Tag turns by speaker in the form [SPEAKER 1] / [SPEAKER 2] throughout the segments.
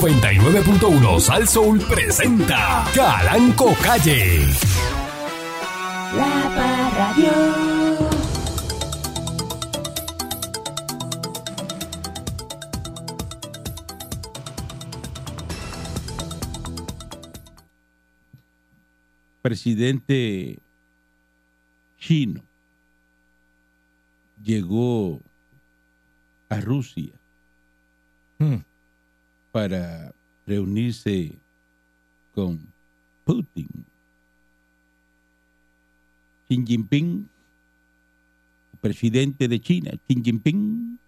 [SPEAKER 1] 99.1 Sal Soul presenta Calanco Calle.
[SPEAKER 2] La Parradio.
[SPEAKER 3] presidente chino llegó a Rusia para reunirse con Putin. Xi Jinping, presidente de China, Xi Jinping,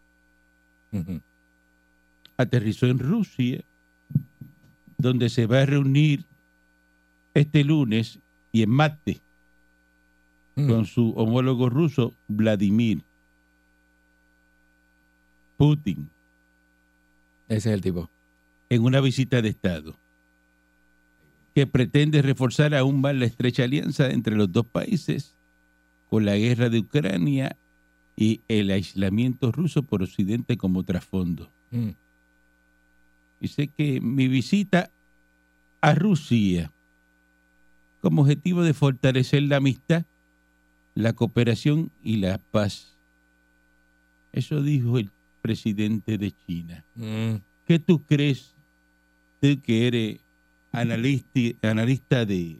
[SPEAKER 3] aterrizó en Rusia, donde se va a reunir este lunes y en martes
[SPEAKER 4] Mm.
[SPEAKER 3] con su homólogo ruso, Vladimir Putin,
[SPEAKER 4] Ese es el tipo.
[SPEAKER 3] en una visita de Estado que pretende reforzar aún más la estrecha alianza entre los dos países con la guerra de Ucrania y el aislamiento ruso por Occidente como trasfondo.
[SPEAKER 4] Mm.
[SPEAKER 3] Dice que mi visita a Rusia como objetivo de fortalecer la amistad, la cooperación y la paz. Eso dijo el presidente de China.
[SPEAKER 4] Mm.
[SPEAKER 3] ¿Qué tú crees, tú que eres analisti- analista de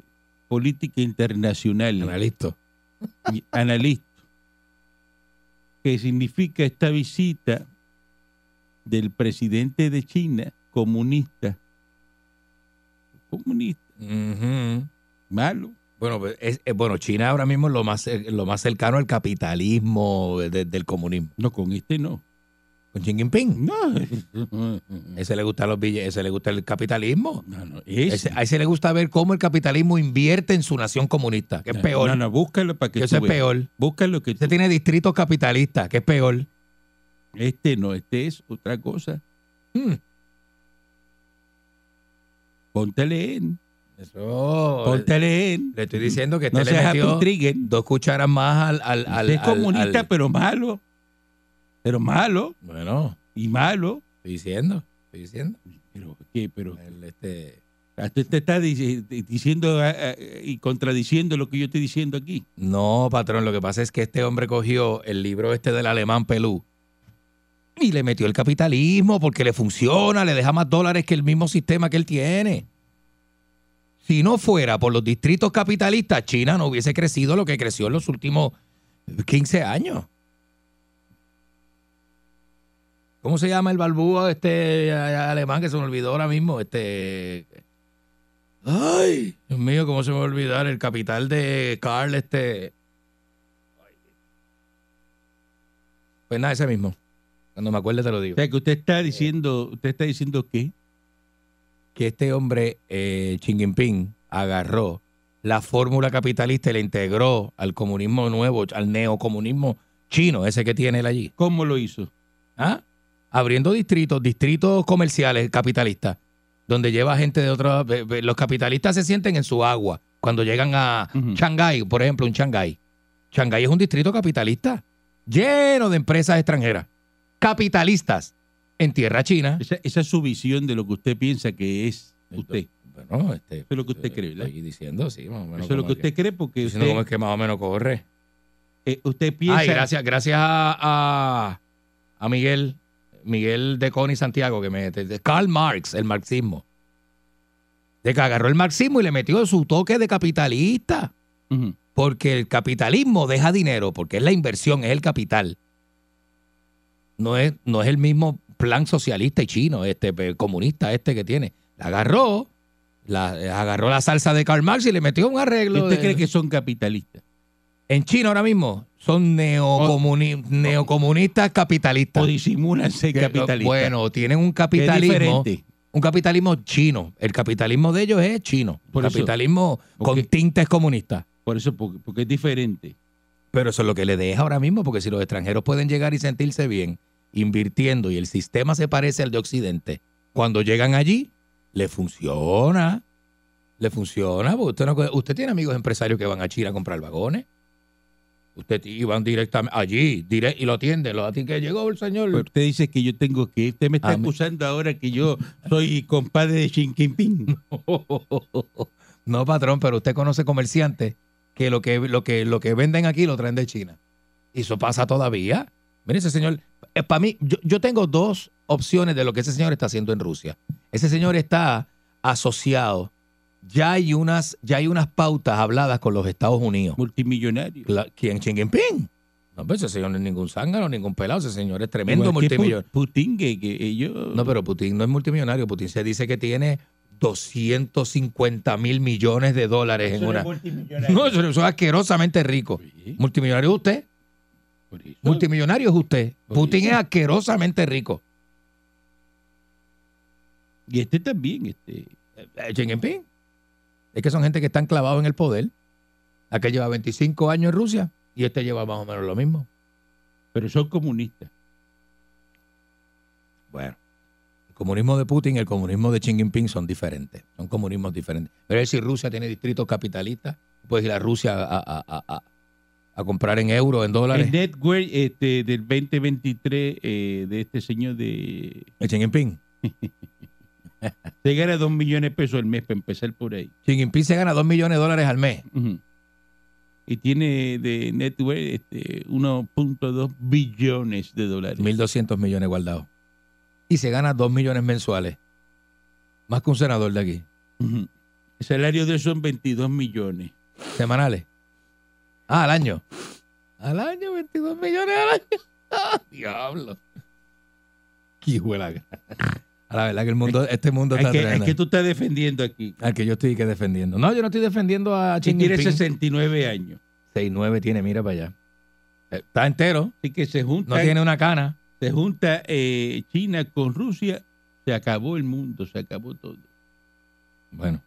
[SPEAKER 3] política internacional,
[SPEAKER 4] Analista.
[SPEAKER 3] y analista, que significa esta visita del presidente de China, comunista, comunista,
[SPEAKER 4] Ujú.
[SPEAKER 3] malo,
[SPEAKER 4] Bueno, pues, es, eh, bueno, China ahora mismo es lo más, eh, lo más cercano al capitalismo eh, de- del comunismo.
[SPEAKER 3] no, con este no.
[SPEAKER 4] Con Xi Jinping.
[SPEAKER 3] No, Mm.
[SPEAKER 4] Ese le gusta los billetes, ese le gusta el capitalismo.
[SPEAKER 3] no, no, ese.
[SPEAKER 4] Ese- a ese le gusta ver cómo el capitalismo invierte en su nación comunista, que es peor.
[SPEAKER 3] No, no, búscalo para que,
[SPEAKER 4] que eso
[SPEAKER 3] tú
[SPEAKER 4] es
[SPEAKER 3] veas.
[SPEAKER 4] peor.
[SPEAKER 3] Búscalo que
[SPEAKER 4] Ese tiene distritos capitalistas, que es peor.
[SPEAKER 3] Este no, este es otra cosa.
[SPEAKER 4] Mm.
[SPEAKER 3] Ponte a leer,
[SPEAKER 4] Eso.
[SPEAKER 3] ponte a leer.
[SPEAKER 4] Le estoy diciendo que este
[SPEAKER 3] No
[SPEAKER 4] le
[SPEAKER 3] seas
[SPEAKER 4] metió
[SPEAKER 3] happy trigger.
[SPEAKER 4] dos cucharas más al... al, al-
[SPEAKER 3] Este es
[SPEAKER 4] al-
[SPEAKER 3] comunista,
[SPEAKER 4] al-
[SPEAKER 3] pero malo. Pero malo
[SPEAKER 4] Bueno,
[SPEAKER 3] y malo.
[SPEAKER 4] estoy diciendo, estoy diciendo.
[SPEAKER 3] Pero, ¿qué? Pero,
[SPEAKER 4] El, este...
[SPEAKER 3] ah, tú te estás dic- diciendo ah, ah, y contradiciendo lo que yo estoy diciendo aquí.
[SPEAKER 4] No, patrón, lo que pasa es que este hombre cogió el libro este del alemán Pelú y le metió el capitalismo porque le funciona, le deja más dólares que el mismo sistema que él tiene. Si no fuera por los distritos capitalistas, China no hubiese crecido lo que creció en los últimos 15 años. ¿Cómo se llama el balbúa este a- a- alemán que se me olvidó ahora mismo? Este Ay, Dios mío, cómo se me va a olvidar el capital de Carl, este. Pues nada, ese mismo. Cuando me acuerde te lo
[SPEAKER 3] O
[SPEAKER 4] digo.
[SPEAKER 3] sea, que usted está diciendo, usted está diciendo qué?
[SPEAKER 4] Que este hombre, eh, Xi Jinping, agarró la fórmula capitalista y la integró al comunismo nuevo, al neocomunismo chino, ese que tiene él allí.
[SPEAKER 3] ¿Cómo lo hizo?
[SPEAKER 4] ¿ah? abriendo distritos, distritos comerciales capitalistas, donde lleva gente de otros. Los capitalistas se sienten en su agua cuando llegan a
[SPEAKER 3] Ujú.
[SPEAKER 4] Shanghái, por ejemplo, un Shanghái. Shanghái es un distrito capitalista lleno de empresas extranjeras, capitalistas en tierra china.
[SPEAKER 3] Esa, esa es su visión de lo que usted piensa que es usted.
[SPEAKER 4] Bueno, este,
[SPEAKER 3] es lo que usted cree, ¿verdad?
[SPEAKER 4] Estoy diciendo, sí, más o menos.
[SPEAKER 3] Eso es lo
[SPEAKER 4] como
[SPEAKER 3] que usted cree porque
[SPEAKER 4] estoy diciendo cómo
[SPEAKER 3] usted,
[SPEAKER 4] es que más o menos corre.
[SPEAKER 3] eh, usted piensa...
[SPEAKER 4] Ay, gracias, gracias a, a, a Miguel, Miguel de Connie Santiago, que me. de- de Karl Marx, el marxismo. De que agarró el marxismo y le metió su toque de capitalista.
[SPEAKER 3] Ujú.
[SPEAKER 4] Porque el capitalismo deja dinero, porque es la inversión, es el capital. No es, no es el mismo plan socialista y chino, este pe- comunista este que tiene. La agarró, la, eh, agarró la salsa de Karl Marx y le metió un
[SPEAKER 3] ¿Y
[SPEAKER 4] arreglo.
[SPEAKER 3] usted
[SPEAKER 4] de-
[SPEAKER 3] cree que son capitalistas?
[SPEAKER 4] en China ahora mismo son neocomuni- neocomunistas capitalistas.
[SPEAKER 3] ¿O disimulan ser
[SPEAKER 4] Que- eh,
[SPEAKER 3] capitalistas?
[SPEAKER 4] Bueno, tienen un
[SPEAKER 3] Que es
[SPEAKER 4] capitalismo,
[SPEAKER 3] diferente.
[SPEAKER 4] un capitalismo chino. El capitalismo de ellos es chino.
[SPEAKER 3] Por eso.
[SPEAKER 4] capitalismo con
[SPEAKER 3] Ok.
[SPEAKER 4] tintes comunistas.
[SPEAKER 3] Por eso, porque, porque es diferente.
[SPEAKER 4] Pero eso es lo que le deja ahora mismo, porque si los extranjeros pueden llegar y sentirse bien invirtiendo y el sistema se parece al de Occidente, cuando llegan allí, le funciona. Le funciona. porque Usted, no- usted tiene amigos empresarios que van a China a comprar vagones. Usted iban directamente allí direct, y lo atienden. Lo ti que llegó el señor.
[SPEAKER 3] Pero usted dice que yo tengo que ir. Usted me está
[SPEAKER 4] Ah, me-
[SPEAKER 3] acusando ahora que yo soy compadre de Xi Jinping.
[SPEAKER 4] No, patrón, pero usted conoce comerciantes que lo que, lo que, lo que venden aquí lo traen de China. Y eso pasa todavía. Mire, ese señor, para mí, yo, yo tengo dos opciones de lo que ese señor está haciendo en Rusia. Ese señor está asociado. Ya hay unas, ya hay unas pautas habladas con los Estados Unidos.
[SPEAKER 3] Multimillonario.
[SPEAKER 4] La- ¿Quién? Xi Jinping. No, pero ese señor no es ningún zángano, ningún pelado. Ese señor es tremendo
[SPEAKER 3] Igual que este Pu-
[SPEAKER 4] multimillonario.
[SPEAKER 3] Putin, que, que ellos...
[SPEAKER 4] No, pero Putin no es multimillonario. Putin se dice que tiene 250 mil millones de dólares en una. No, eso, eso es asquerosamente rico.
[SPEAKER 3] Sí,
[SPEAKER 4] Multimillonario es usted.
[SPEAKER 3] por eso.
[SPEAKER 4] Multimillonario es usted.
[SPEAKER 3] Por
[SPEAKER 4] Putin
[SPEAKER 3] eso.
[SPEAKER 4] es asquerosamente rico.
[SPEAKER 3] Y este también, este...
[SPEAKER 4] Eh, Xi Jinping. Es que son gente que están clavados en el poder. Aquel lleva 25 años en Rusia y este lleva más o menos lo mismo.
[SPEAKER 3] Pero son comunistas.
[SPEAKER 4] Bueno, el comunismo de Putin y el comunismo de Xi Jinping son diferentes. Son comunismos diferentes. Pero si Rusia tiene distritos capitalistas, puedes ir a Rusia a, a- a- a- a comprar en euros, en dólares.
[SPEAKER 3] El network este, del 2023 eh, de este señor de...
[SPEAKER 4] ¿El Xi Jinping?
[SPEAKER 3] Se gana 2 millones de pesos al mes para empezar por ahí.
[SPEAKER 4] Xi Jinping se gana 2 millones de dólares al mes.
[SPEAKER 3] Ujú. Y tiene de network este, 1.2 billones de dólares.
[SPEAKER 4] 1.200 millones guardados. Y se gana 2 millones mensuales. Más que un senador de aquí.
[SPEAKER 3] Ujú. El salario de él son 22 millones.
[SPEAKER 4] Semanales. Ah, al año. Al año, 22 millones al año. ¡Ah, diablo. Qué hijo de la gran. A la verdad que el mundo, este mundo
[SPEAKER 3] Es
[SPEAKER 4] está
[SPEAKER 3] que, es
[SPEAKER 4] tremendo.
[SPEAKER 3] que tú estás defendiendo aquí.
[SPEAKER 4] Al que yo estoy que defendiendo. No, yo no estoy defendiendo a
[SPEAKER 3] Que
[SPEAKER 4] Xi
[SPEAKER 3] tiene
[SPEAKER 4] Jinping.
[SPEAKER 3] 69 años.
[SPEAKER 4] 6'9 tiene, mira para allá. Eh, Está entero.
[SPEAKER 3] Así que se
[SPEAKER 4] No
[SPEAKER 3] junta,
[SPEAKER 4] tiene una cana.
[SPEAKER 3] se junta eh, China con Rusia. Se acabó el mundo, se acabó todo.
[SPEAKER 4] Bueno.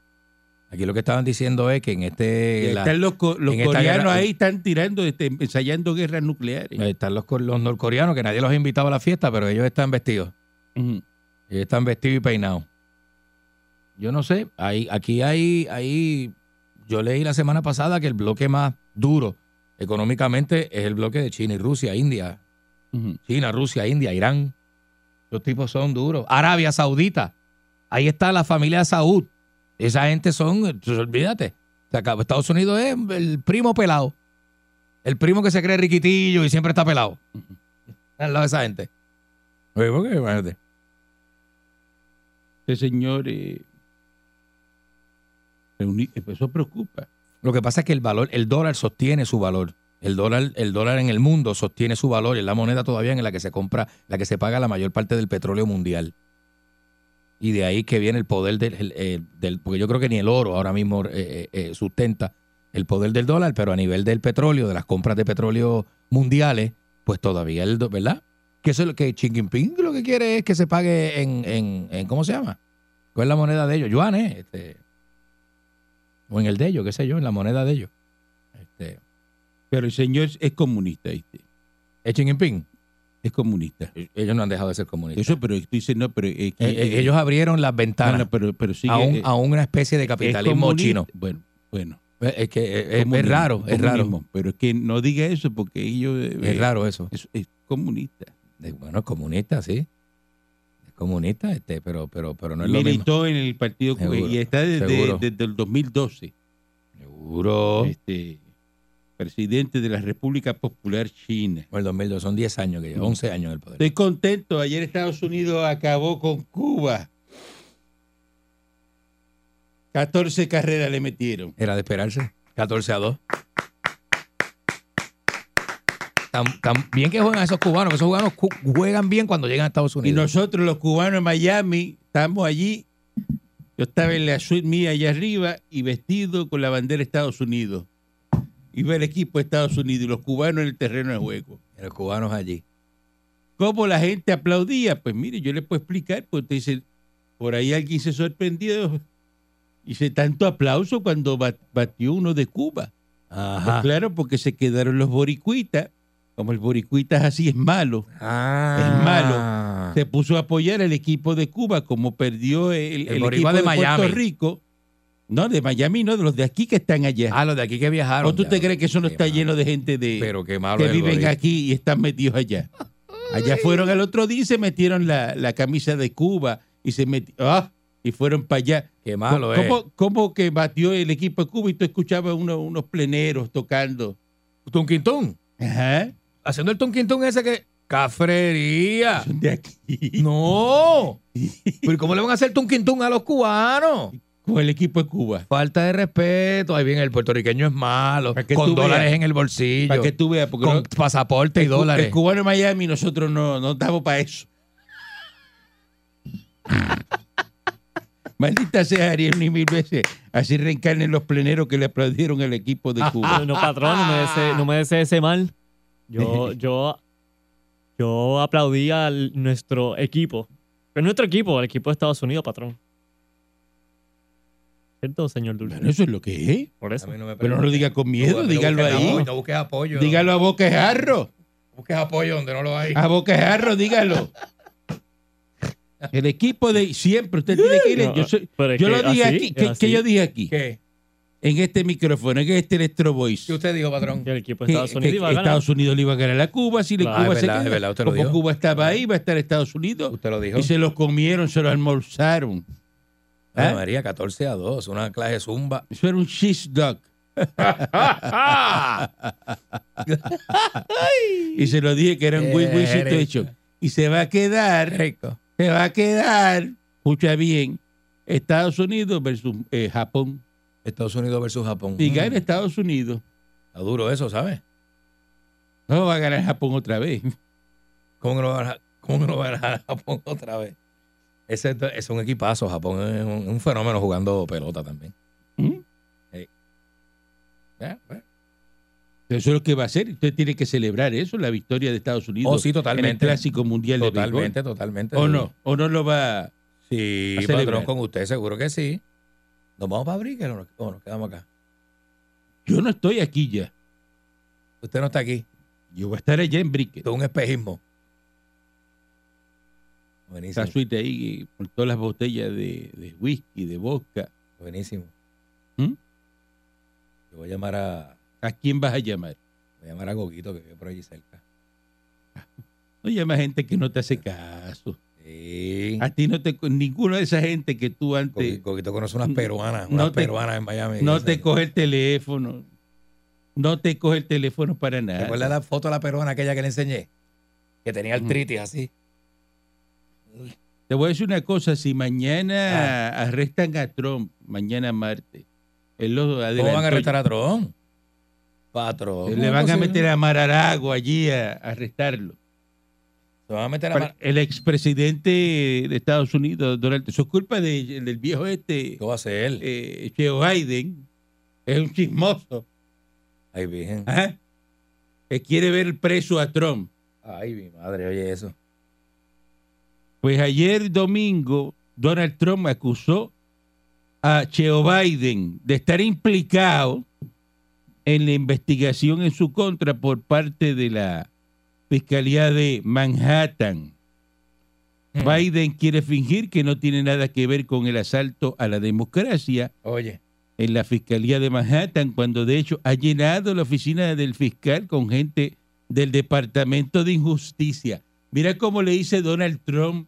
[SPEAKER 4] Aquí lo que estaban diciendo es que en
[SPEAKER 3] Y
[SPEAKER 4] este... la-
[SPEAKER 3] están los, co- los
[SPEAKER 4] en esta
[SPEAKER 3] coreanos
[SPEAKER 4] guerra-
[SPEAKER 3] ahí, están tirando, este, ensayando guerras nucleares.
[SPEAKER 4] Ahí están los, cor- los norcoreanos, que nadie los ha invitado a la fiesta, pero ellos están vestidos.
[SPEAKER 3] Ujú.
[SPEAKER 4] Ellos Eh, están vestidos y peinados. Yo no sé, ahí, aquí hay, ahí, yo leí la semana pasada que el bloque más duro económicamente es el bloque de China y Rusia, India.
[SPEAKER 3] Ujú.
[SPEAKER 4] China, Rusia, India, Irán. Los tipos son duros. Arabia Saudita. Ahí está la familia Saud. Esa gente son, olvídate. Se acabó. Estados Unidos es el primo pelado. El primo que se cree riquitillo y siempre está pelado. Al lado de esa gente. Oye, ¿por qué? Imagínate.
[SPEAKER 3] Este señor... eh, reuni- eso preocupa.
[SPEAKER 4] Lo que pasa es que el valor, el dólar sostiene su valor. El dólar, el dólar en el mundo sostiene su valor. Es la moneda todavía en la que se compra, la que se paga la mayor parte del petróleo mundial. Y de ahí que viene el poder del, el, eh, del- porque yo creo que ni el oro ahora mismo eh, eh, eh, sustenta el poder del dólar, pero a nivel del petróleo, de las compras de petróleo mundiales, pues todavía el, do- ¿verdad? Que eso es lo que Xi Jinping lo que quiere es que se pague en, en, en- ¿cómo se llama? ¿Cuál es la moneda de ellos? Yuan, ¿eh? Este, o en el de ellos, qué sé yo, en la moneda de ellos. Este,
[SPEAKER 3] Pero el señor es- es comunista, ¿viste?
[SPEAKER 4] ¿Es Xi Jinping?
[SPEAKER 3] Es comunista.
[SPEAKER 4] Ellos no han dejado de ser comunistas.
[SPEAKER 3] Eso, pero tú dices, no, pero... eh, que-
[SPEAKER 4] Eh, eh, ellos abrieron las
[SPEAKER 3] No,
[SPEAKER 4] ventanas
[SPEAKER 3] no, pero, pero sigue,
[SPEAKER 4] a, un-
[SPEAKER 3] eh,
[SPEAKER 4] a una especie de capitalismo
[SPEAKER 3] comunista.
[SPEAKER 4] chino.
[SPEAKER 3] Bueno, bueno.
[SPEAKER 4] Eh, Es que eh, eh, es,
[SPEAKER 3] comunismo,
[SPEAKER 4] raro, es raro.
[SPEAKER 3] comunismo. Pero es que no diga eso porque ellos... eh,
[SPEAKER 4] Es raro eso.
[SPEAKER 3] Es, es comunista.
[SPEAKER 4] Eh, Bueno, es comunista, sí. Es comunista, este, pero, pero, pero no es lo mismo.
[SPEAKER 3] Militó en el partido cu-
[SPEAKER 4] Seguro,
[SPEAKER 3] y está desde,
[SPEAKER 4] seguro. Oh.
[SPEAKER 3] desde el 2012.
[SPEAKER 4] Seguro.
[SPEAKER 3] Este, presidente de la República Popular China.
[SPEAKER 4] Bueno, el 2002, son 10 años que lleva, 11 años en el poder.
[SPEAKER 3] Estoy contento. Ayer Estados Unidos acabó con Cuba. 14 carreras le metieron.
[SPEAKER 4] Era de esperarse. 14 a 2. Tan, tan bien que juegan esos cubanos, que esos cubanos cu- juegan bien cuando llegan a Estados
[SPEAKER 3] Y
[SPEAKER 4] Unidos.
[SPEAKER 3] nosotros los cubanos en Miami estamos allí. Yo estaba en la suite mía allá arriba y vestido con la bandera de Estados Unidos. Iba el equipo de Estados Unidos y los cubanos en el terreno de juego.
[SPEAKER 4] Los cubanos allí.
[SPEAKER 3] ¿Cómo la gente aplaudía? Pues mire, yo le puedo explicar, porque usted dice, por ahí alguien se sorprendió. Hice tanto aplauso cuando bat- batió uno de Cuba. Pues
[SPEAKER 4] Ajá.
[SPEAKER 3] claro, porque se quedaron los boricuitas. Como el boricuitas así es malo.
[SPEAKER 4] Ah.
[SPEAKER 3] Es malo. se puso a apoyar al equipo de Cuba como perdió el,
[SPEAKER 4] El
[SPEAKER 3] el
[SPEAKER 4] boricua
[SPEAKER 3] equipo de,
[SPEAKER 4] de Miami.
[SPEAKER 3] Puerto Rico No, de Miami no, de los de aquí que están allá.
[SPEAKER 4] Ah, los de aquí que viajaron.
[SPEAKER 3] ¿O tú
[SPEAKER 4] ya.
[SPEAKER 3] te crees que eso no
[SPEAKER 4] Qué
[SPEAKER 3] está
[SPEAKER 4] malo.
[SPEAKER 3] lleno de gente de
[SPEAKER 4] Pero qué malo
[SPEAKER 3] que
[SPEAKER 4] el
[SPEAKER 3] viven
[SPEAKER 4] algoritmo.
[SPEAKER 3] aquí y están metidos allá? Allá fueron al otro día y se metieron la, la camisa de Cuba y se meti- ¡Ah! y fueron para allá.
[SPEAKER 4] Qué malo eh. es.
[SPEAKER 3] ¿Cómo, cómo que batió el equipo de Cuba y tú escuchabas uno- unos pleneros tocando?
[SPEAKER 4] Tunquintún.
[SPEAKER 3] Ajá.
[SPEAKER 4] Haciendo el tunquintún ese que... ¡Cafrería!
[SPEAKER 3] Son de aquí.
[SPEAKER 4] Ah. ¡No! ¿Pero cómo le van a hacer tunquintún a los cubanos?
[SPEAKER 3] Con el equipo de Cuba.
[SPEAKER 4] Falta de respeto. Ahí bien, el puertorriqueño es malo.
[SPEAKER 3] Para que
[SPEAKER 4] Con
[SPEAKER 3] tú veas.
[SPEAKER 4] dólares en el bolsillo.
[SPEAKER 3] Para que tú veas, porque
[SPEAKER 4] con
[SPEAKER 3] no-
[SPEAKER 4] pasaporte y
[SPEAKER 3] cu-
[SPEAKER 4] dólares.
[SPEAKER 3] el cubano en Miami nosotros no, no estamos para eso. Maldita sea Ariel ni mil veces. Así reencarnen los pleneros que le aplaudieron al equipo de Cuba.
[SPEAKER 5] No, no, patrón, no me desee, no me desee ese mal. Yo, yo, yo aplaudí a nuestro equipo. Pero nuestro equipo, el equipo de Estados Unidos, patrón. ¿Cierto, señor Dulce?
[SPEAKER 3] Bueno, eso es lo que es.
[SPEAKER 5] Por
[SPEAKER 4] A
[SPEAKER 5] eso.
[SPEAKER 4] mí no me
[SPEAKER 3] Pero no lo
[SPEAKER 4] preguntes.
[SPEAKER 3] diga con miedo,
[SPEAKER 4] No,
[SPEAKER 3] dígalo
[SPEAKER 4] no busques
[SPEAKER 3] ahí.
[SPEAKER 4] apoyo, No busques apoyo.
[SPEAKER 3] Dígalo Ah. a boquejarro.
[SPEAKER 4] Busques apoyo donde no lo hay.
[SPEAKER 3] A boquejarro, dígalo. El equipo de siempre, usted tiene que ir.
[SPEAKER 5] No,
[SPEAKER 3] yo soy-
[SPEAKER 5] pero es
[SPEAKER 3] yo
[SPEAKER 5] que
[SPEAKER 3] lo dije
[SPEAKER 5] así,
[SPEAKER 3] aquí.
[SPEAKER 5] es
[SPEAKER 3] ¿Qué,
[SPEAKER 5] así.
[SPEAKER 3] qué yo dije aquí?
[SPEAKER 4] ¿Qué?
[SPEAKER 3] En este micrófono, en este Electro Voice.
[SPEAKER 4] ¿Qué usted dijo, patrón?
[SPEAKER 5] Que el equipo de
[SPEAKER 3] que-
[SPEAKER 5] Estados Unidos
[SPEAKER 3] que
[SPEAKER 5] iba a ganar.
[SPEAKER 3] Eh, Estados Unidos le iba a ganar a Cuba, si le
[SPEAKER 5] Claro.
[SPEAKER 3] Cuba
[SPEAKER 4] Ah, es
[SPEAKER 3] se
[SPEAKER 4] verdad, es
[SPEAKER 3] queda.
[SPEAKER 4] verdad, usted lo
[SPEAKER 3] Como
[SPEAKER 4] dijo.
[SPEAKER 3] Cuba estaba ahí, va a estar Estados Unidos.
[SPEAKER 4] Usted lo dijo.
[SPEAKER 3] Y se los comieron, se los almorzaron.
[SPEAKER 4] Ah,
[SPEAKER 3] ¿Eh?
[SPEAKER 4] María, 14 a 2, una clase de zumba.
[SPEAKER 3] Eso era un cheese dog. Ah. Y se lo dije que era un
[SPEAKER 4] Qué
[SPEAKER 3] win-wincito
[SPEAKER 4] rico.
[SPEAKER 3] hecho. Y se va a quedar,
[SPEAKER 4] Rico.
[SPEAKER 3] se va a quedar, escucha bien, Estados Unidos versus eh, Japón.
[SPEAKER 4] Estados Unidos versus Japón.
[SPEAKER 3] Y gana
[SPEAKER 4] Mm,
[SPEAKER 3] Estados Unidos.
[SPEAKER 4] Está duro eso, ¿sabes?
[SPEAKER 3] No va a ganar Japón otra vez.
[SPEAKER 4] ¿Cómo que no va a, ganar- cómo que no va a ganar Japón otra vez? Ese es- es un equipazo, Japón es un, un fenómeno jugando pelota también.
[SPEAKER 3] ¿Mm?
[SPEAKER 4] Eh, bueno.
[SPEAKER 3] Eso es lo que va a hacer. Usted tiene que celebrar eso, la victoria de Estados Unidos.
[SPEAKER 4] Oh, sí, totalmente.
[SPEAKER 3] En el Clásico Mundial
[SPEAKER 4] Totalmente, totalmente.
[SPEAKER 3] de Béisbol. ¿O
[SPEAKER 4] seguro.
[SPEAKER 3] no? ¿O no lo va
[SPEAKER 4] Eh, Sí,
[SPEAKER 3] A celebrar.
[SPEAKER 4] patrón, con usted seguro que sí. ¿Nos vamos para Brickell o nos- o nos quedamos acá?
[SPEAKER 3] Yo no estoy aquí ya.
[SPEAKER 4] Usted no está aquí.
[SPEAKER 3] Yo voy a estar allá en Brique.
[SPEAKER 4] Esto es un espejismo.
[SPEAKER 3] Esa
[SPEAKER 4] Buenísimo.
[SPEAKER 3] suite ahí eh, con todas las botellas de, de whisky, de vodka.
[SPEAKER 4] Buenísimo.
[SPEAKER 3] ¿Mm?
[SPEAKER 4] Yo voy a llamar a,
[SPEAKER 3] ¿A quién vas a llamar?
[SPEAKER 4] voy a llamar a Goguito que vive por allí cerca.
[SPEAKER 3] No llamas gente que no te hace caso.
[SPEAKER 4] Sí.
[SPEAKER 3] A ti no te... Ninguna de esa gente que tú antes
[SPEAKER 4] Gogu- Goguito conoce unas peruanas,
[SPEAKER 3] No
[SPEAKER 4] unas
[SPEAKER 3] te-
[SPEAKER 4] peruanas en Miami.
[SPEAKER 3] no
[SPEAKER 4] Yo
[SPEAKER 3] te
[SPEAKER 4] sé.
[SPEAKER 3] coge el teléfono. No te coge el teléfono para
[SPEAKER 4] ¿Te acuerdas
[SPEAKER 3] nada.
[SPEAKER 4] la foto de la peruana aquella que le enseñé? Que tenía
[SPEAKER 3] Mm.
[SPEAKER 4] artritis así.
[SPEAKER 3] Te voy a decir una cosa. Si mañana
[SPEAKER 4] Ah.
[SPEAKER 3] arrestan a Trump, mañana martes, él lo
[SPEAKER 4] ¿Cómo van a
[SPEAKER 3] adelantó
[SPEAKER 4] arrestar a Tron? Patrón.
[SPEAKER 3] Le van a meter a Mararago allí a, a arrestarlo.
[SPEAKER 4] Se van a meter a...
[SPEAKER 3] Para-
[SPEAKER 4] Mar-
[SPEAKER 3] El expresidente de Estados Unidos, Donald Trump, eso es culpa de- del viejo este,
[SPEAKER 4] ¿Qué va a hacer?
[SPEAKER 3] eh, Joe Biden, es un chismoso,
[SPEAKER 4] Ay, virgen.
[SPEAKER 3] ajá, que quiere ver preso a Trump.
[SPEAKER 4] Ay, mi madre, oye eso.
[SPEAKER 3] Pues ayer domingo, Donald Trump acusó a Joe Biden de estar implicado en la investigación en su contra por parte de la Fiscalía de Manhattan.
[SPEAKER 4] Mm.
[SPEAKER 3] Biden quiere fingir que no tiene nada que ver con el asalto a la democracia
[SPEAKER 4] Oye,
[SPEAKER 3] en la Fiscalía de Manhattan, cuando de hecho ha llenado la oficina del fiscal con gente del Departamento de Injusticia. Mira cómo le dice Donald Trump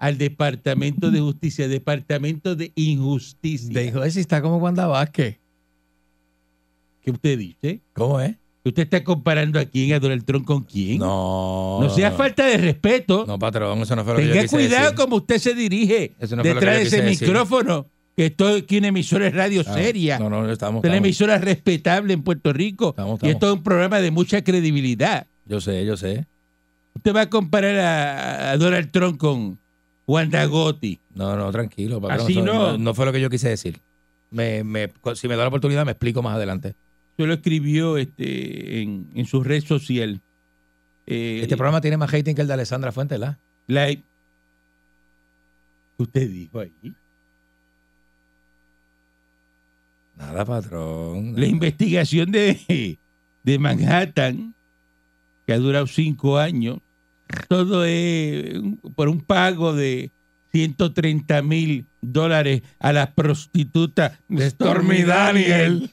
[SPEAKER 3] al Departamento de Justicia, Departamento de Injusticia.
[SPEAKER 4] te dijo, si está como Wanda Vázquez.
[SPEAKER 3] ¿Qué usted dice?
[SPEAKER 4] ¿Cómo es?
[SPEAKER 3] ¿Usted está comparando a quién, a Donald Trump con quién?
[SPEAKER 4] No.
[SPEAKER 3] No sea falta de respeto.
[SPEAKER 4] No, patrón, eso no fue lo que yo
[SPEAKER 3] Tenga
[SPEAKER 4] quise
[SPEAKER 3] cuidado
[SPEAKER 4] decir.
[SPEAKER 3] como usted se dirige
[SPEAKER 4] Eso no fue lo que
[SPEAKER 3] detrás de
[SPEAKER 4] yo
[SPEAKER 3] ese
[SPEAKER 4] quise decir.
[SPEAKER 3] micrófono, que estoy aquí en emisoras radio
[SPEAKER 4] Ah,
[SPEAKER 3] seria,
[SPEAKER 4] No, no, estamos.
[SPEAKER 3] una
[SPEAKER 4] estamos.
[SPEAKER 3] emisora respetable en Puerto Rico,
[SPEAKER 4] Estamos,
[SPEAKER 3] y
[SPEAKER 4] estamos.
[SPEAKER 3] esto es un programa de mucha credibilidad.
[SPEAKER 4] Yo sé, yo sé.
[SPEAKER 3] Usted va a comparar a, a Donald Trump con Wanda Gotti.
[SPEAKER 4] No, no, tranquilo, patrón.
[SPEAKER 3] Así
[SPEAKER 4] eso
[SPEAKER 3] no.
[SPEAKER 4] no. no fue lo que yo quise decir. Me, me- si me da la oportunidad, me explico más adelante.
[SPEAKER 3] Usted lo escribió este, en, en su red social. Eh,
[SPEAKER 4] Este programa tiene más hating que el de Alessandra Fuentes, ¿verdad?
[SPEAKER 3] la- ¿Qué usted dijo ahí?
[SPEAKER 4] Nada, patrón.
[SPEAKER 3] La investigación de, de Manhattan, que ha durado cinco años, todo es un- por un pago de 130 mil dólares a la prostituta Stormy Daniel.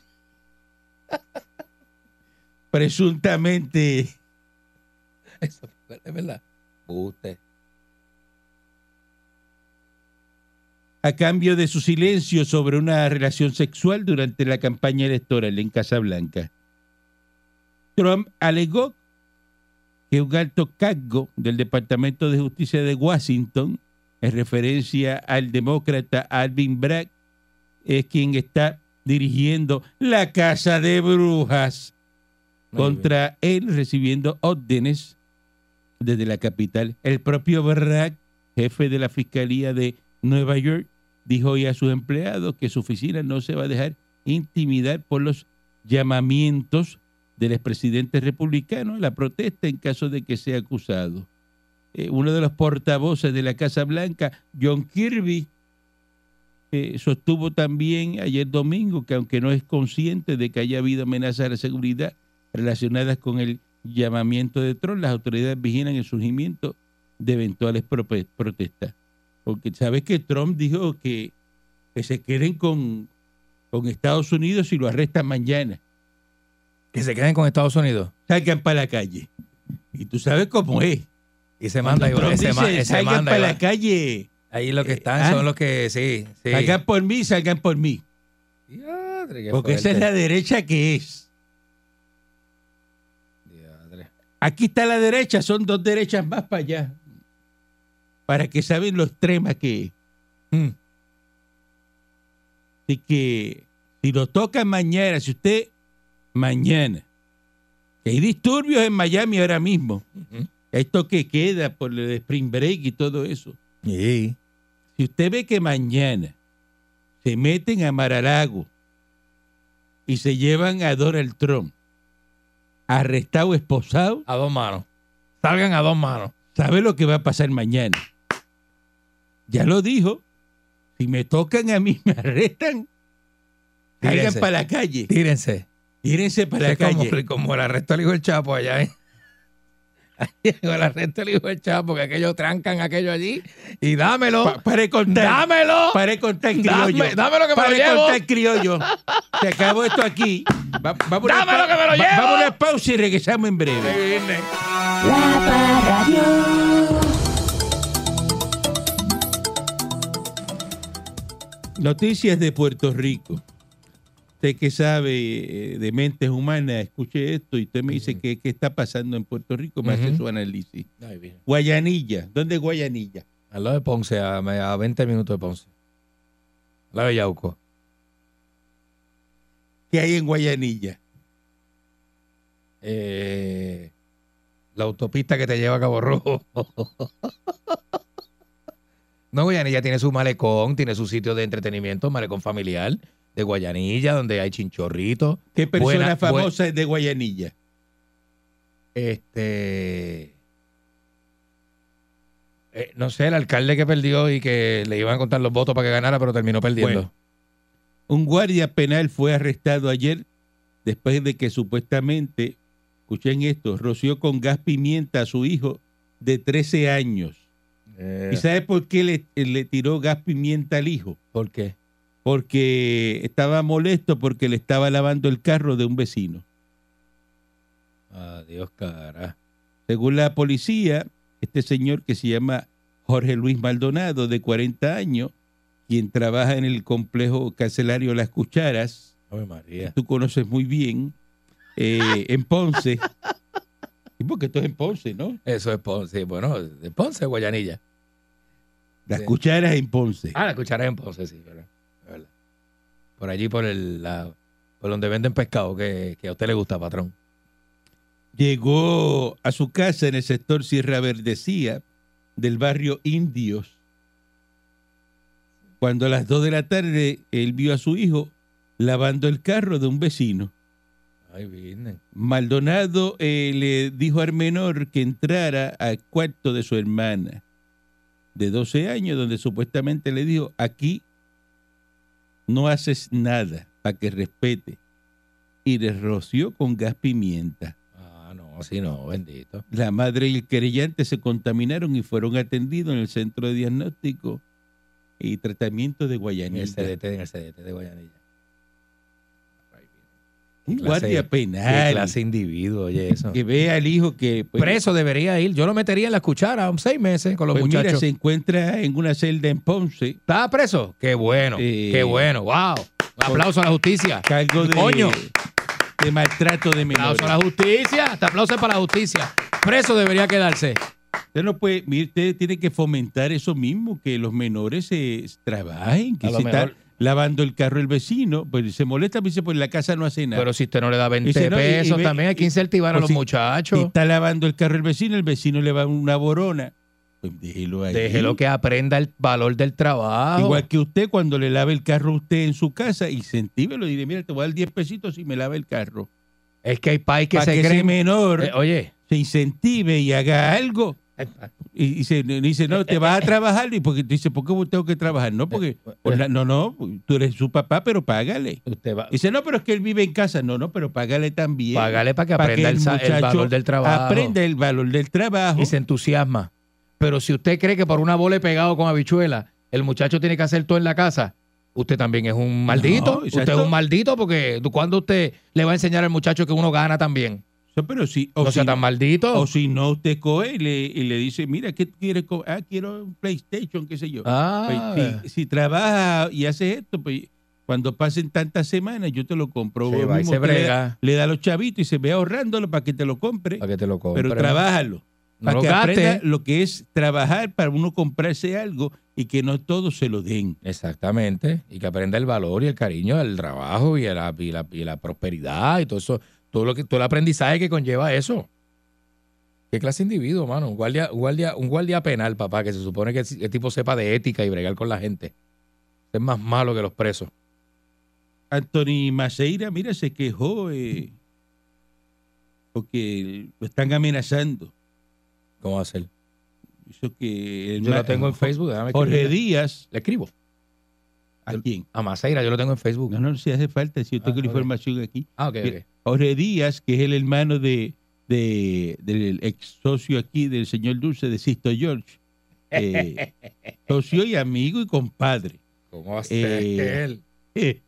[SPEAKER 3] Presuntamente.
[SPEAKER 4] Eso es verdad. Usted.
[SPEAKER 3] a cambio de su silencio sobre una relación sexual durante la campaña electoral en Casablanca. Trump alegó que un alto cargo del Departamento de Justicia de Washington, en referencia al demócrata Alvin Bragg, es quien está dirigiendo la Casa de Brujas
[SPEAKER 4] Muy
[SPEAKER 3] contra él, recibiendo órdenes desde la capital. El propio Bragg, jefe de la Fiscalía de Nueva York, dijo hoy a sus empleados que su oficina no se va a dejar intimidar por los llamamientos del expresidente republicano a la protesta en caso de que sea acusado. Eh, uno de los portavoces de la Casa Blanca, John Kirby, eh, sostuvo también ayer domingo que aunque no es consciente de que haya habido amenazas a la seguridad relacionadas con el llamamiento de Trump, las autoridades vigilan el surgimiento de eventuales prope- protestas. Porque sabes que Trump dijo que, que se queden con, con Estados Unidos y lo arrestan mañana.
[SPEAKER 4] Que se queden con Estados Unidos.
[SPEAKER 3] Salgan para la calle. Y tú sabes cómo es.
[SPEAKER 4] Y se manda
[SPEAKER 3] Cuando
[SPEAKER 4] igual.
[SPEAKER 3] Trump
[SPEAKER 4] Se, ma-
[SPEAKER 3] dice,
[SPEAKER 4] se
[SPEAKER 3] salgan
[SPEAKER 4] manda
[SPEAKER 3] para
[SPEAKER 4] igual.
[SPEAKER 3] la calle.
[SPEAKER 4] Ahí lo que están
[SPEAKER 3] ah.
[SPEAKER 4] son los que. Sí, sí.
[SPEAKER 3] Salgan por mí, salgan por mí.
[SPEAKER 4] Diadre, qué
[SPEAKER 3] Porque esa es la
[SPEAKER 4] fuerte.
[SPEAKER 3] derecha que es.
[SPEAKER 4] Diadre.
[SPEAKER 3] Aquí está la derecha, son dos derechas más para allá. Para que saben lo extrema que es.
[SPEAKER 4] Mm.
[SPEAKER 3] Así que si lo toca mañana, si usted mañana, que hay disturbios en Miami ahora mismo,
[SPEAKER 4] Ujú.
[SPEAKER 3] esto que queda por el spring break y todo eso,
[SPEAKER 4] Sí.
[SPEAKER 3] si usted ve que mañana se meten a Maralago y se llevan a Donald Trump, arrestado, esposado,
[SPEAKER 4] A dos manos. Salgan a dos manos.
[SPEAKER 3] sabe lo que va a pasar mañana. Ya lo dijo, si me tocan a mí, me arrestan, salgan
[SPEAKER 4] Tírense.
[SPEAKER 3] para la calle.
[SPEAKER 4] Tírense.
[SPEAKER 3] Tírense para la
[SPEAKER 4] Es como-
[SPEAKER 3] calle.
[SPEAKER 4] Como, el arresto del hijo del Chapo allá, ¿eh? El arresto del hijo del Chapo, que aquellos trancan aquello allí. Y dámelo.
[SPEAKER 3] Pa- pare contar.
[SPEAKER 4] ¡Dámelo!
[SPEAKER 3] Pare contar criollo.
[SPEAKER 4] Dame- dame lo que me
[SPEAKER 3] Pare
[SPEAKER 4] lo llevo.
[SPEAKER 3] contar criollo. Se acabó esto aquí. Va- vamos a una
[SPEAKER 4] Dame lo
[SPEAKER 3] pa-
[SPEAKER 4] que me lo
[SPEAKER 3] va-
[SPEAKER 4] llevo.
[SPEAKER 3] Vamos a una pausa y regresamos en breve.
[SPEAKER 2] La Parradio.
[SPEAKER 3] Noticias de Puerto Rico. Usted que sabe eh, de mentes humanas, escuche esto y usted me dice qué qué está pasando en Puerto Rico, me hace
[SPEAKER 4] Ujú.
[SPEAKER 3] su análisis. Guayanilla, ¿dónde es Guayanilla?
[SPEAKER 4] Al lado de Ponce, a, a 20 minutos de Ponce. Al lado de Yauco.
[SPEAKER 3] ¿Qué hay en Guayanilla?
[SPEAKER 4] Eh, la autopista que te lleva a Cabo Rojo. No, Guayanilla tiene su malecón, tiene su sitio de entretenimiento, malecón familiar de Guayanilla, donde hay chinchorritos.
[SPEAKER 3] ¿Qué persona
[SPEAKER 4] Buena- buen-
[SPEAKER 3] famosa es de Guayanilla?
[SPEAKER 4] Este. eh, no sé, el alcalde que perdió y que le iban a contar los votos para que ganara, pero terminó perdiendo.
[SPEAKER 3] Un guardia penal fue arrestado ayer después de que supuestamente, escuchen esto, roció con gas pimienta a su hijo de 13 años.
[SPEAKER 4] Eh,
[SPEAKER 3] ¿Y sabe por qué le, eh, le tiró gas pimienta al hijo?
[SPEAKER 4] ¿Por qué?
[SPEAKER 3] Porque estaba molesto porque le estaba lavando el carro de un vecino.
[SPEAKER 4] Adiós, cara.
[SPEAKER 3] Según la policía, este señor que se llama Jorge Luis Maldonado, de 40 años, quien trabaja en el complejo carcelario Las Cucharas,
[SPEAKER 4] Ave
[SPEAKER 3] que
[SPEAKER 4] María.
[SPEAKER 3] tú conoces muy bien, eh, en Ponce. Y porque esto es en Ponce, ¿no?
[SPEAKER 4] Eso es Ponce. Bueno, de Ponce, Guayanilla.
[SPEAKER 3] Las
[SPEAKER 4] Sí.
[SPEAKER 3] cucharas en Ponce.
[SPEAKER 4] Ah, la cuchara en Ponce, sí, ¿verdad? Es verdad. Por allí, por el la- por donde venden pescado, que, que a usted le gusta, patrón.
[SPEAKER 3] Llegó a su casa en el sector Sierra Verdecía del barrio Indios. Cuando a las 2 de la tarde él vio a su hijo lavando el carro de un vecino.
[SPEAKER 4] Ay, bien.
[SPEAKER 3] Maldonado eh, le dijo al menor que entrara al cuarto de su hermana de 12 años, donde supuestamente le dijo, aquí no haces nada para que respete. Y le roció con gas pimienta.
[SPEAKER 4] Ah, no, sí, no, bendito.
[SPEAKER 3] La madre y el querellante se contaminaron y fueron atendidos en el centro de diagnóstico y tratamiento de
[SPEAKER 4] En el
[SPEAKER 3] Guayanilla.
[SPEAKER 4] CDT, en el CDT de Guayanilla.
[SPEAKER 3] Un
[SPEAKER 4] clase-
[SPEAKER 3] guardia
[SPEAKER 4] Qué
[SPEAKER 3] penal
[SPEAKER 4] Ah, clase de individuo, oye, eso.
[SPEAKER 3] que vea al hijo que pues,
[SPEAKER 4] Preso debería ir. Yo lo metería en la cuchara um, seis meses con los
[SPEAKER 3] pues, mira,
[SPEAKER 4] muchachos.
[SPEAKER 3] se encuentra en una celda en Ponce,
[SPEAKER 4] ¿Estaba preso? Qué bueno,
[SPEAKER 3] Sí.
[SPEAKER 4] qué bueno. ¡Wow! Un aplauso a la justicia.
[SPEAKER 3] cargo de,
[SPEAKER 4] Coño.
[SPEAKER 3] de maltrato de menores.
[SPEAKER 4] Aplauso a la justicia. Este aplauso es para la justicia. Preso debería quedarse.
[SPEAKER 3] Usted no puede, mire, usted tiene que fomentar eso mismo, que los menores se trabajen, que
[SPEAKER 4] A lo
[SPEAKER 3] se está
[SPEAKER 4] mejor-
[SPEAKER 3] lavando el carro el vecino, pues se molesta, dice, pues la casa no hace nada.
[SPEAKER 4] Pero si usted no le da 20
[SPEAKER 3] Y si no, y- y
[SPEAKER 4] pesos,
[SPEAKER 3] ve-
[SPEAKER 4] también hay que
[SPEAKER 3] y-
[SPEAKER 4] incentivar a
[SPEAKER 3] pues
[SPEAKER 4] los
[SPEAKER 3] si-
[SPEAKER 4] muchachos.
[SPEAKER 3] Si está lavando el carro el vecino, el vecino le va una borona. Pues déjelo ahí.
[SPEAKER 4] Déjelo que aprenda el valor del trabajo.
[SPEAKER 3] Igual que usted cuando le lave el carro a usted en su casa, incentívelo y dile, mira, te voy a dar 10 pesitos si me lava el carro.
[SPEAKER 4] es que hay país que
[SPEAKER 3] Para
[SPEAKER 4] se
[SPEAKER 3] que ese
[SPEAKER 4] creen.
[SPEAKER 3] menor
[SPEAKER 4] Eh, oye,
[SPEAKER 3] se incentive y haga algo. Y, y se y dice, no, te vas a trabajar. Y porque dice, ¿por qué tengo que trabajar? No,
[SPEAKER 4] Eh,
[SPEAKER 3] porque, por la- no, no, tú eres su papá, pero págale.
[SPEAKER 4] usted va.
[SPEAKER 3] Dice, no, pero es que él vive en casa. No, no, pero págale también.
[SPEAKER 4] Págale para que
[SPEAKER 3] Para
[SPEAKER 4] aprenda el, sa- el
[SPEAKER 3] muchacho
[SPEAKER 4] valor del trabajo.
[SPEAKER 3] Aprenda el valor del trabajo.
[SPEAKER 4] y se entusiasma. Pero si usted cree que por una bola he pegado con habichuela, el muchacho tiene que hacer todo en la casa, usted también es un maldito.
[SPEAKER 3] exacto.
[SPEAKER 4] usted es un maldito porque cuando usted le va a enseñar al muchacho que uno gana también.
[SPEAKER 3] No, pero si, o
[SPEAKER 4] no sea
[SPEAKER 3] si-
[SPEAKER 4] tan maldito.
[SPEAKER 3] O si no, usted coge y le, y le dice, mira, ¿qué tú quieres? co- Ah, quiero un PlayStation, qué sé yo.
[SPEAKER 4] Ah,
[SPEAKER 3] Pues, si, si trabaja y hace esto, pues cuando pasen tantas semanas, yo te lo compro.
[SPEAKER 4] Se
[SPEAKER 3] Vos
[SPEAKER 4] va y
[SPEAKER 3] mismo
[SPEAKER 4] se
[SPEAKER 3] te le da-
[SPEAKER 4] brega.
[SPEAKER 3] Le, da a los chavitos y se ve ahorrándolo para que te lo compre.
[SPEAKER 4] para que te lo compre.
[SPEAKER 3] pero trabájalo.
[SPEAKER 4] No
[SPEAKER 3] Para
[SPEAKER 4] lo
[SPEAKER 3] que aprenda
[SPEAKER 4] gaste.
[SPEAKER 3] lo que es trabajar para uno comprarse algo y que no todos se lo den.
[SPEAKER 4] Exactamente. Y que aprenda el valor y el cariño del trabajo y la, y la, y la prosperidad y todo eso, todo lo que, todo el aprendizaje que conlleva eso. ¿Qué clase de individuo, mano? Un guardia, un guardia, un guardia penal, papá, que se supone que el tipo sepa de ética y bregar con la gente. Es más malo que los presos.
[SPEAKER 3] Anthony Maceira, mira, se quejó eh, porque lo están amenazando.
[SPEAKER 4] ¿Cómo va a ser?
[SPEAKER 3] Eso que el
[SPEAKER 4] Yo lo
[SPEAKER 3] ma-
[SPEAKER 4] tengo en Facebook, déjame
[SPEAKER 3] Jorge
[SPEAKER 4] escribirle.
[SPEAKER 3] Díaz,
[SPEAKER 4] Le escribo.
[SPEAKER 3] ¿a quién?
[SPEAKER 4] A Maceira, yo lo tengo en Facebook.
[SPEAKER 3] No, no, si hace falta, si yo tengo
[SPEAKER 4] Ah,
[SPEAKER 3] la
[SPEAKER 4] ok.
[SPEAKER 3] información aquí.
[SPEAKER 4] Ah, ok, ok.
[SPEAKER 3] Jorge Díaz, que es el hermano de, de- del ex socio aquí del señor Dulce de Sisto George, eh, socio y amigo y compadre,
[SPEAKER 4] ¿Cómo va a ser
[SPEAKER 3] Eh,
[SPEAKER 4] él?
[SPEAKER 3] eh,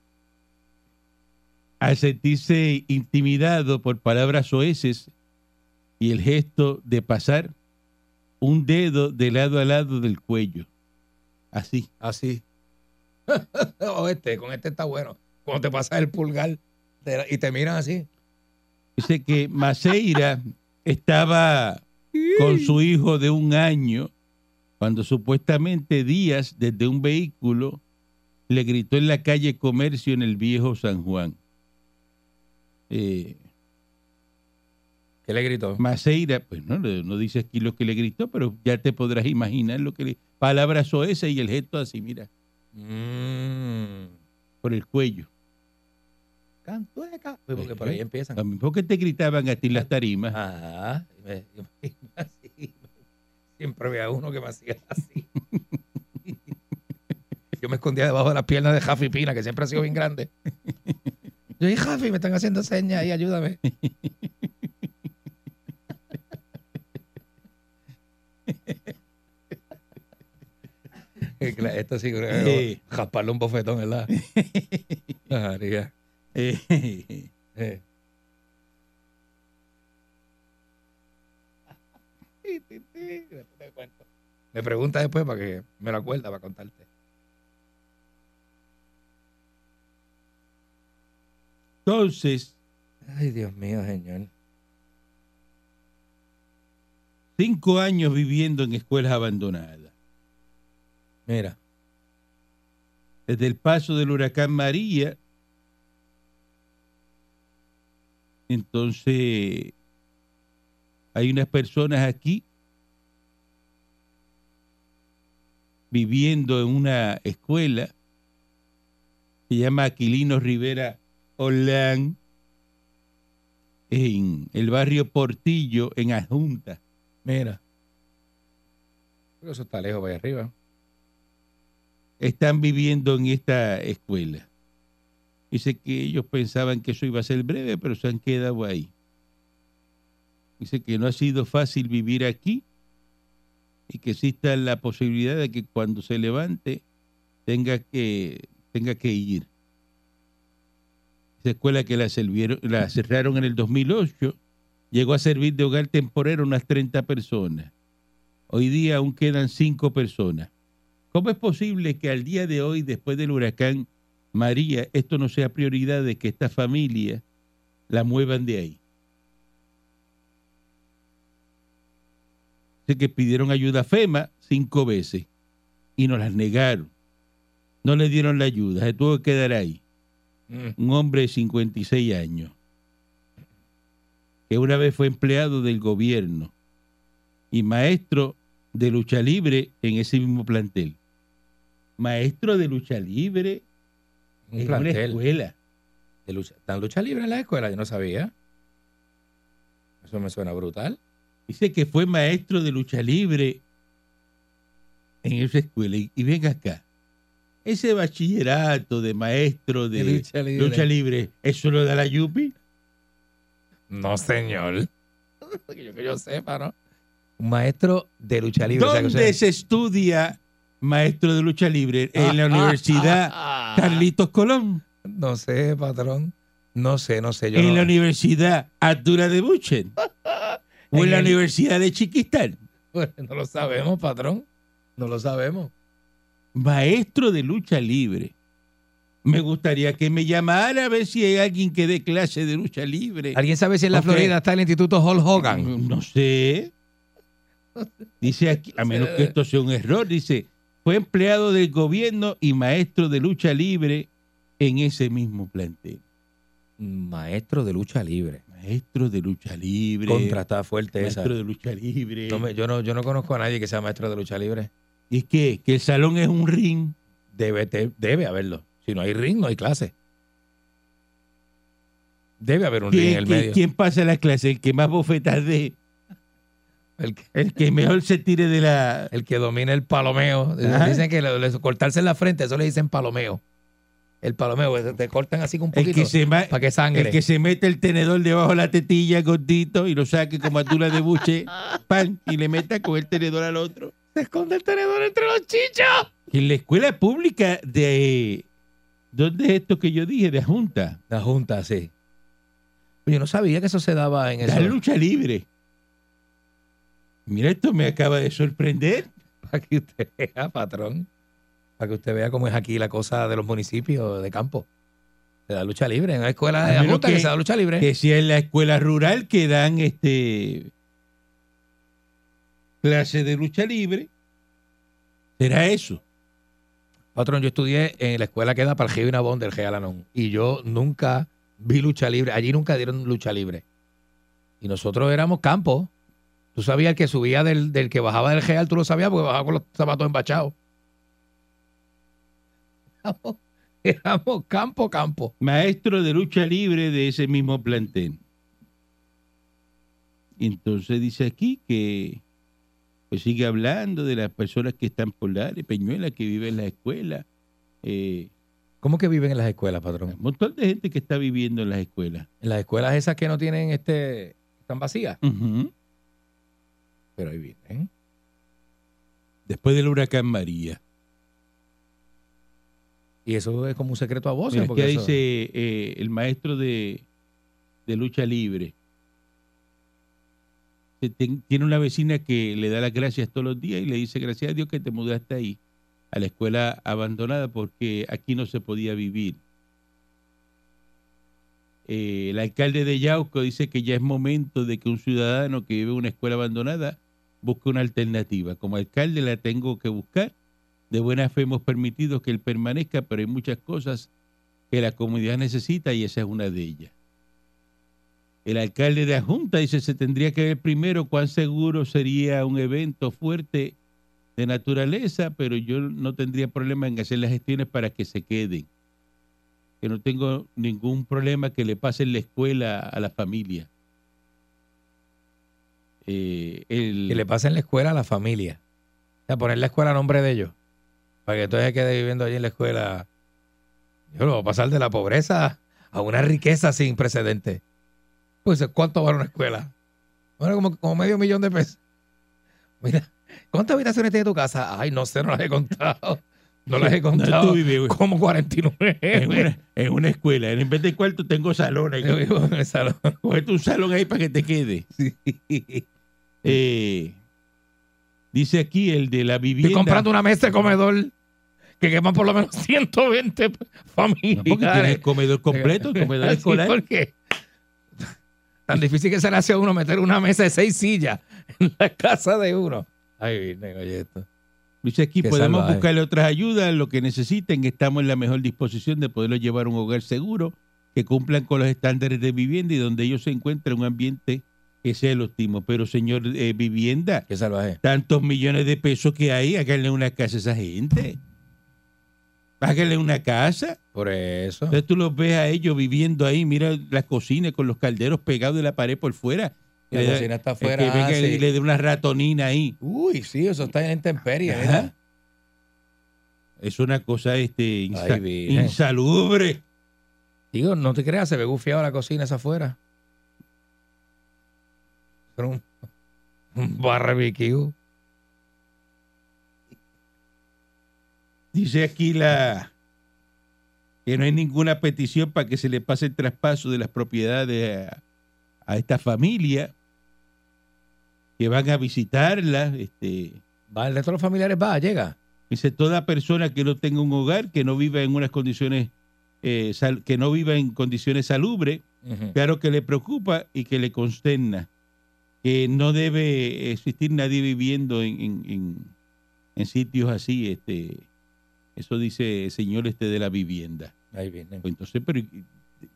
[SPEAKER 3] al sentirse intimidado por palabras soeces y el gesto de pasar un dedo de lado a lado del cuello. Así.
[SPEAKER 4] Así. o este, con este está bueno. Cuando te pasas el pulgar te la- y te miran así.
[SPEAKER 3] Dice que Maceira estaba con su hijo de un año cuando supuestamente Díaz desde un vehículo le gritó en la calle Comercio en el viejo San Juan. Eh,
[SPEAKER 4] ¿Qué le gritó?
[SPEAKER 3] Maceira, pues no, no no dice aquí lo que le gritó, pero ya te podrás imaginar lo que le... Palabras o esa y el gesto así, mira,
[SPEAKER 4] Mm.
[SPEAKER 3] por el cuello.
[SPEAKER 4] Cantueca. Pues porque por ahí empiezan.
[SPEAKER 3] A mí, ¿Por qué te gritaban a ti en las tarimas?
[SPEAKER 4] Ah. Ajá. Y me- y me- y me así. Siempre había uno que me hacía así. Yo me escondía debajo de las piernas de Jafi Pina, que siempre ha sido bien grande. Yo dije, Jafi, me están haciendo señas ahí, ayúdame. Esto sí, creo que
[SPEAKER 3] Sí.
[SPEAKER 4] jasparle un bofetón, ¿verdad? María.
[SPEAKER 3] Eh,
[SPEAKER 4] Eh. Me pregunta después para que me lo acuerda para contarte.
[SPEAKER 3] Entonces,
[SPEAKER 4] Ay, Dios mío, señor.
[SPEAKER 3] cinco años viviendo en escuelas abandonadas.
[SPEAKER 4] Mira.
[SPEAKER 3] desde el paso eh, del huracán María. Entonces, hay unas personas aquí viviendo en una escuela, se llama Aquilino Rivera Olán, en el barrio Portillo, en Adjunta.
[SPEAKER 4] Mira. Pero eso está lejos para allá arriba.
[SPEAKER 3] están viviendo en esta escuela. Dice que ellos pensaban que eso iba a ser breve, pero se han quedado ahí. Dice que no ha sido fácil vivir aquí y que exista la posibilidad de que cuando se levante tenga que, tenga que ir. Esa escuela que la, servieron- la cerraron en el 2008 llegó a servir de hogar temporero a unas 30 personas. Hoy día aún quedan 5 personas. ¿Cómo es posible que al día de hoy, después del huracán María, esto no sea prioridad de que esta familia la muevan de ahí? Así que pidieron ayuda a FEMA cinco veces y nos las negaron. No le dieron la ayuda, se tuvo que quedar ahí
[SPEAKER 4] Mm.
[SPEAKER 3] un hombre de 56 años, que una vez fue empleado del gobierno y maestro de lucha libre en ese mismo plantel. Maestro de lucha libre
[SPEAKER 4] Un
[SPEAKER 3] en una
[SPEAKER 4] plantel.
[SPEAKER 3] escuela.
[SPEAKER 4] de lucha. ¿Dan lucha libre en la escuela? Yo no sabía. Eso me suena brutal.
[SPEAKER 3] Dice que fue maestro de lucha libre en esa escuela. Y, y ven acá. Ese bachillerato de maestro de, lucha, libre. ¿eso lo da la Yupi?
[SPEAKER 4] No, señor. yo, que yo sepa, ¿no? Un maestro de lucha libre. o sea, que
[SPEAKER 3] ¿Dónde
[SPEAKER 4] usted-
[SPEAKER 3] se estudia maestro de lucha libre? En la
[SPEAKER 4] Ah, ah,
[SPEAKER 3] Universidad
[SPEAKER 4] ah, ah.
[SPEAKER 3] Carlitos Colón.
[SPEAKER 4] No sé, patrón. No sé, no sé. Yo
[SPEAKER 3] En
[SPEAKER 4] no-
[SPEAKER 3] la Universidad Artura de Buchen. O en
[SPEAKER 4] En
[SPEAKER 3] la
[SPEAKER 4] el-
[SPEAKER 3] Universidad de Chiquistán.
[SPEAKER 4] no lo sabemos, patrón. No lo sabemos.
[SPEAKER 3] Maestro de lucha libre. Me gustaría que me llamara a ver si hay alguien que dé clase de lucha libre.
[SPEAKER 4] ¿Alguien sabe si en la
[SPEAKER 3] Ok.
[SPEAKER 4] Florida está el Instituto Hall Hogan?
[SPEAKER 3] No sé. Dice aquí, a menos que esto sea un error, dice, fue empleado del gobierno y maestro de lucha libre en ese mismo plantel.
[SPEAKER 4] Maestro de lucha libre.
[SPEAKER 3] Maestro de lucha libre.
[SPEAKER 4] Contra está fuerte esa.
[SPEAKER 3] maestro de lucha libre.
[SPEAKER 4] No me- yo, no, yo no conozco a nadie que sea maestro de lucha libre.
[SPEAKER 3] ¿Y qué? Que el salón es un ring.
[SPEAKER 4] Debe, te- debe haberlo. Si no hay ring, no hay clase. Debe haber un ring en
[SPEAKER 3] ¿Quién,
[SPEAKER 4] el
[SPEAKER 3] quién-
[SPEAKER 4] medio.
[SPEAKER 3] quién pasa la clase? El que más bofetas dé,
[SPEAKER 4] El, que,
[SPEAKER 3] el que mejor se tire de la...
[SPEAKER 4] el que domina el palomeo.
[SPEAKER 3] Ajá.
[SPEAKER 4] Dicen que le- le- cortarse en la frente, eso le dicen palomeo. El palomeo, que te cortan así con un
[SPEAKER 3] El
[SPEAKER 4] poquito
[SPEAKER 3] que, se ma-
[SPEAKER 4] para que sangre.
[SPEAKER 3] el que se mete el tenedor debajo de la tetilla gordito y lo saque como atula de buche, pan, y le meta con el tenedor al otro.
[SPEAKER 4] se esconde el tenedor entre los chichos.
[SPEAKER 3] En la escuela pública de... ¿Dónde es esto que yo dije? De Junta.
[SPEAKER 4] La junta, sí. Pues Yo no sabía que eso se daba en
[SPEAKER 3] La
[SPEAKER 4] eso.
[SPEAKER 3] lucha libre. Mira, esto me acaba de sorprender.
[SPEAKER 4] Para que usted vea, patrón. Para que usted vea cómo es aquí la cosa de los municipios de campo. Se da lucha libre. En la escuela
[SPEAKER 3] A
[SPEAKER 4] de la
[SPEAKER 3] menos
[SPEAKER 4] junta que,
[SPEAKER 3] que-
[SPEAKER 4] se da lucha libre.
[SPEAKER 3] Que si en la escuela rural que dan este clase de lucha libre, será eso.
[SPEAKER 4] Patrón, yo estudié en la escuela que da para el Geo Nabón del Gealanón. Y yo nunca vi lucha libre. Allí nunca dieron lucha libre. Y nosotros éramos campo. Tú sabías el que subía del, del que bajaba del Geal, tú lo sabías porque bajaba con los zapatos embachados. Éramos, éramos campo, campo.
[SPEAKER 3] Maestro de lucha libre de ese mismo plantel. Y Entonces dice aquí que pues sigue hablando de las personas que están por la área, Peñuela, que vive en la escuela. eh,
[SPEAKER 4] ¿Cómo que viven en las escuelas, patrón?
[SPEAKER 3] un montón de gente que está viviendo en las escuelas.
[SPEAKER 4] En las escuelas esas que no tienen este. están vacías.
[SPEAKER 3] Ujú.
[SPEAKER 4] Pero ahí viven.
[SPEAKER 3] Después del huracán María.
[SPEAKER 4] Y eso es como un secreto a voces.
[SPEAKER 3] Mira,
[SPEAKER 4] porque
[SPEAKER 3] aquí
[SPEAKER 4] eso-
[SPEAKER 3] dice eh, el maestro de, de lucha libre. Que ten- Tiene una vecina que le da las gracias todos los días y le dice gracias a Dios que te mudaste ahí, a la escuela abandonada, porque aquí no se podía vivir. Eh, el alcalde de Yauco dice que ya es momento de que un ciudadano que vive en una escuela abandonada busque una alternativa. Como alcalde la tengo que buscar. De buena fe hemos permitido que él permanezca, pero hay muchas cosas que la comunidad necesita y esa es una de ellas. El alcalde de la Junta dice se tendría que ver primero cuán seguro sería un evento fuerte de naturaleza, pero yo no tendría problema en hacer las gestiones para que se queden. Que no tengo ningún problema que le pase en la escuela a la familia. Eh, el-
[SPEAKER 4] que le pasen la escuela a la familia. O sea, poner la escuela a nombre de ellos. Para que entonces quede viviendo allí en la escuela. Yo lo voy a pasar de la pobreza a una riqueza sin precedentes. Pues, ¿cuánto vale una escuela? Bueno, como, como medio millón de pesos. Mira, ¿cuántas habitaciones tiene tu casa? Ay, no sé, no las he contado. No las he
[SPEAKER 3] No,
[SPEAKER 4] contado.
[SPEAKER 3] tú vives, güey.
[SPEAKER 4] como 49.
[SPEAKER 3] en,
[SPEAKER 4] güey.
[SPEAKER 3] una, en una escuela. En vez de cuarto tengo salones.
[SPEAKER 4] Yo vivo en el salón.
[SPEAKER 3] Cogete un salón ahí para que te quede. Eh, dice aquí el de la vivienda.
[SPEAKER 4] Estoy comprando una mesa de comedor que queman por lo menos 120
[SPEAKER 3] No, porque tiene
[SPEAKER 4] familiares.
[SPEAKER 3] el comedor completo, el comedor
[SPEAKER 4] Así,
[SPEAKER 3] escolar.
[SPEAKER 4] porque tan difícil que se le hace a uno meter una mesa de seis sillas en la casa de uno. Ay, Virgen, oye esto.
[SPEAKER 3] Dice aquí,
[SPEAKER 4] Qué
[SPEAKER 3] podemos
[SPEAKER 4] salvaje.
[SPEAKER 3] buscarle otras ayudas, lo que necesiten. Estamos en la mejor disposición de poderlos llevar a un hogar seguro, que cumplan con los estándares de vivienda y donde ellos se encuentren un ambiente que sea el óptimo. Pero, señor eh, vivienda,
[SPEAKER 4] Qué salvaje.
[SPEAKER 3] tantos millones de pesos que hay, háganle una casa a esa gente. Háganle una casa.
[SPEAKER 4] Por eso.
[SPEAKER 3] Entonces tú los ves a ellos viviendo ahí, mira las cocinas con los calderos pegados de la pared por fuera.
[SPEAKER 4] La
[SPEAKER 3] Le da-
[SPEAKER 4] cocina está
[SPEAKER 3] el que
[SPEAKER 4] afuera,
[SPEAKER 3] venga
[SPEAKER 4] ah,
[SPEAKER 3] y
[SPEAKER 4] sí.
[SPEAKER 3] le dé una ratonina ahí.
[SPEAKER 4] Uy, sí, eso está en intemperie.
[SPEAKER 3] Ajá.
[SPEAKER 4] mira.
[SPEAKER 3] Es una cosa este, insa-
[SPEAKER 4] Ay, virgen.
[SPEAKER 3] insalubre.
[SPEAKER 4] Digo, no te creas, se ve gufiado la cocina esa afuera. Era un, un barbecue.
[SPEAKER 3] Dice aquí la que no hay ninguna petición para que se le pase el traspaso de las propiedades a, a esta familia que van a visitarla. Este,
[SPEAKER 4] Va, el de todos los familiares va, llega.
[SPEAKER 3] Dice, toda persona que no tenga un hogar, que no viva en unas condiciones, eh, sal- que no viva en condiciones salubres, claro que le preocupa y que le consterna, que no debe existir nadie viviendo en, en- en- en sitios así, este, eso dice el señor este de la vivienda.
[SPEAKER 4] Ahí viene.
[SPEAKER 3] Pues entonces, pero y-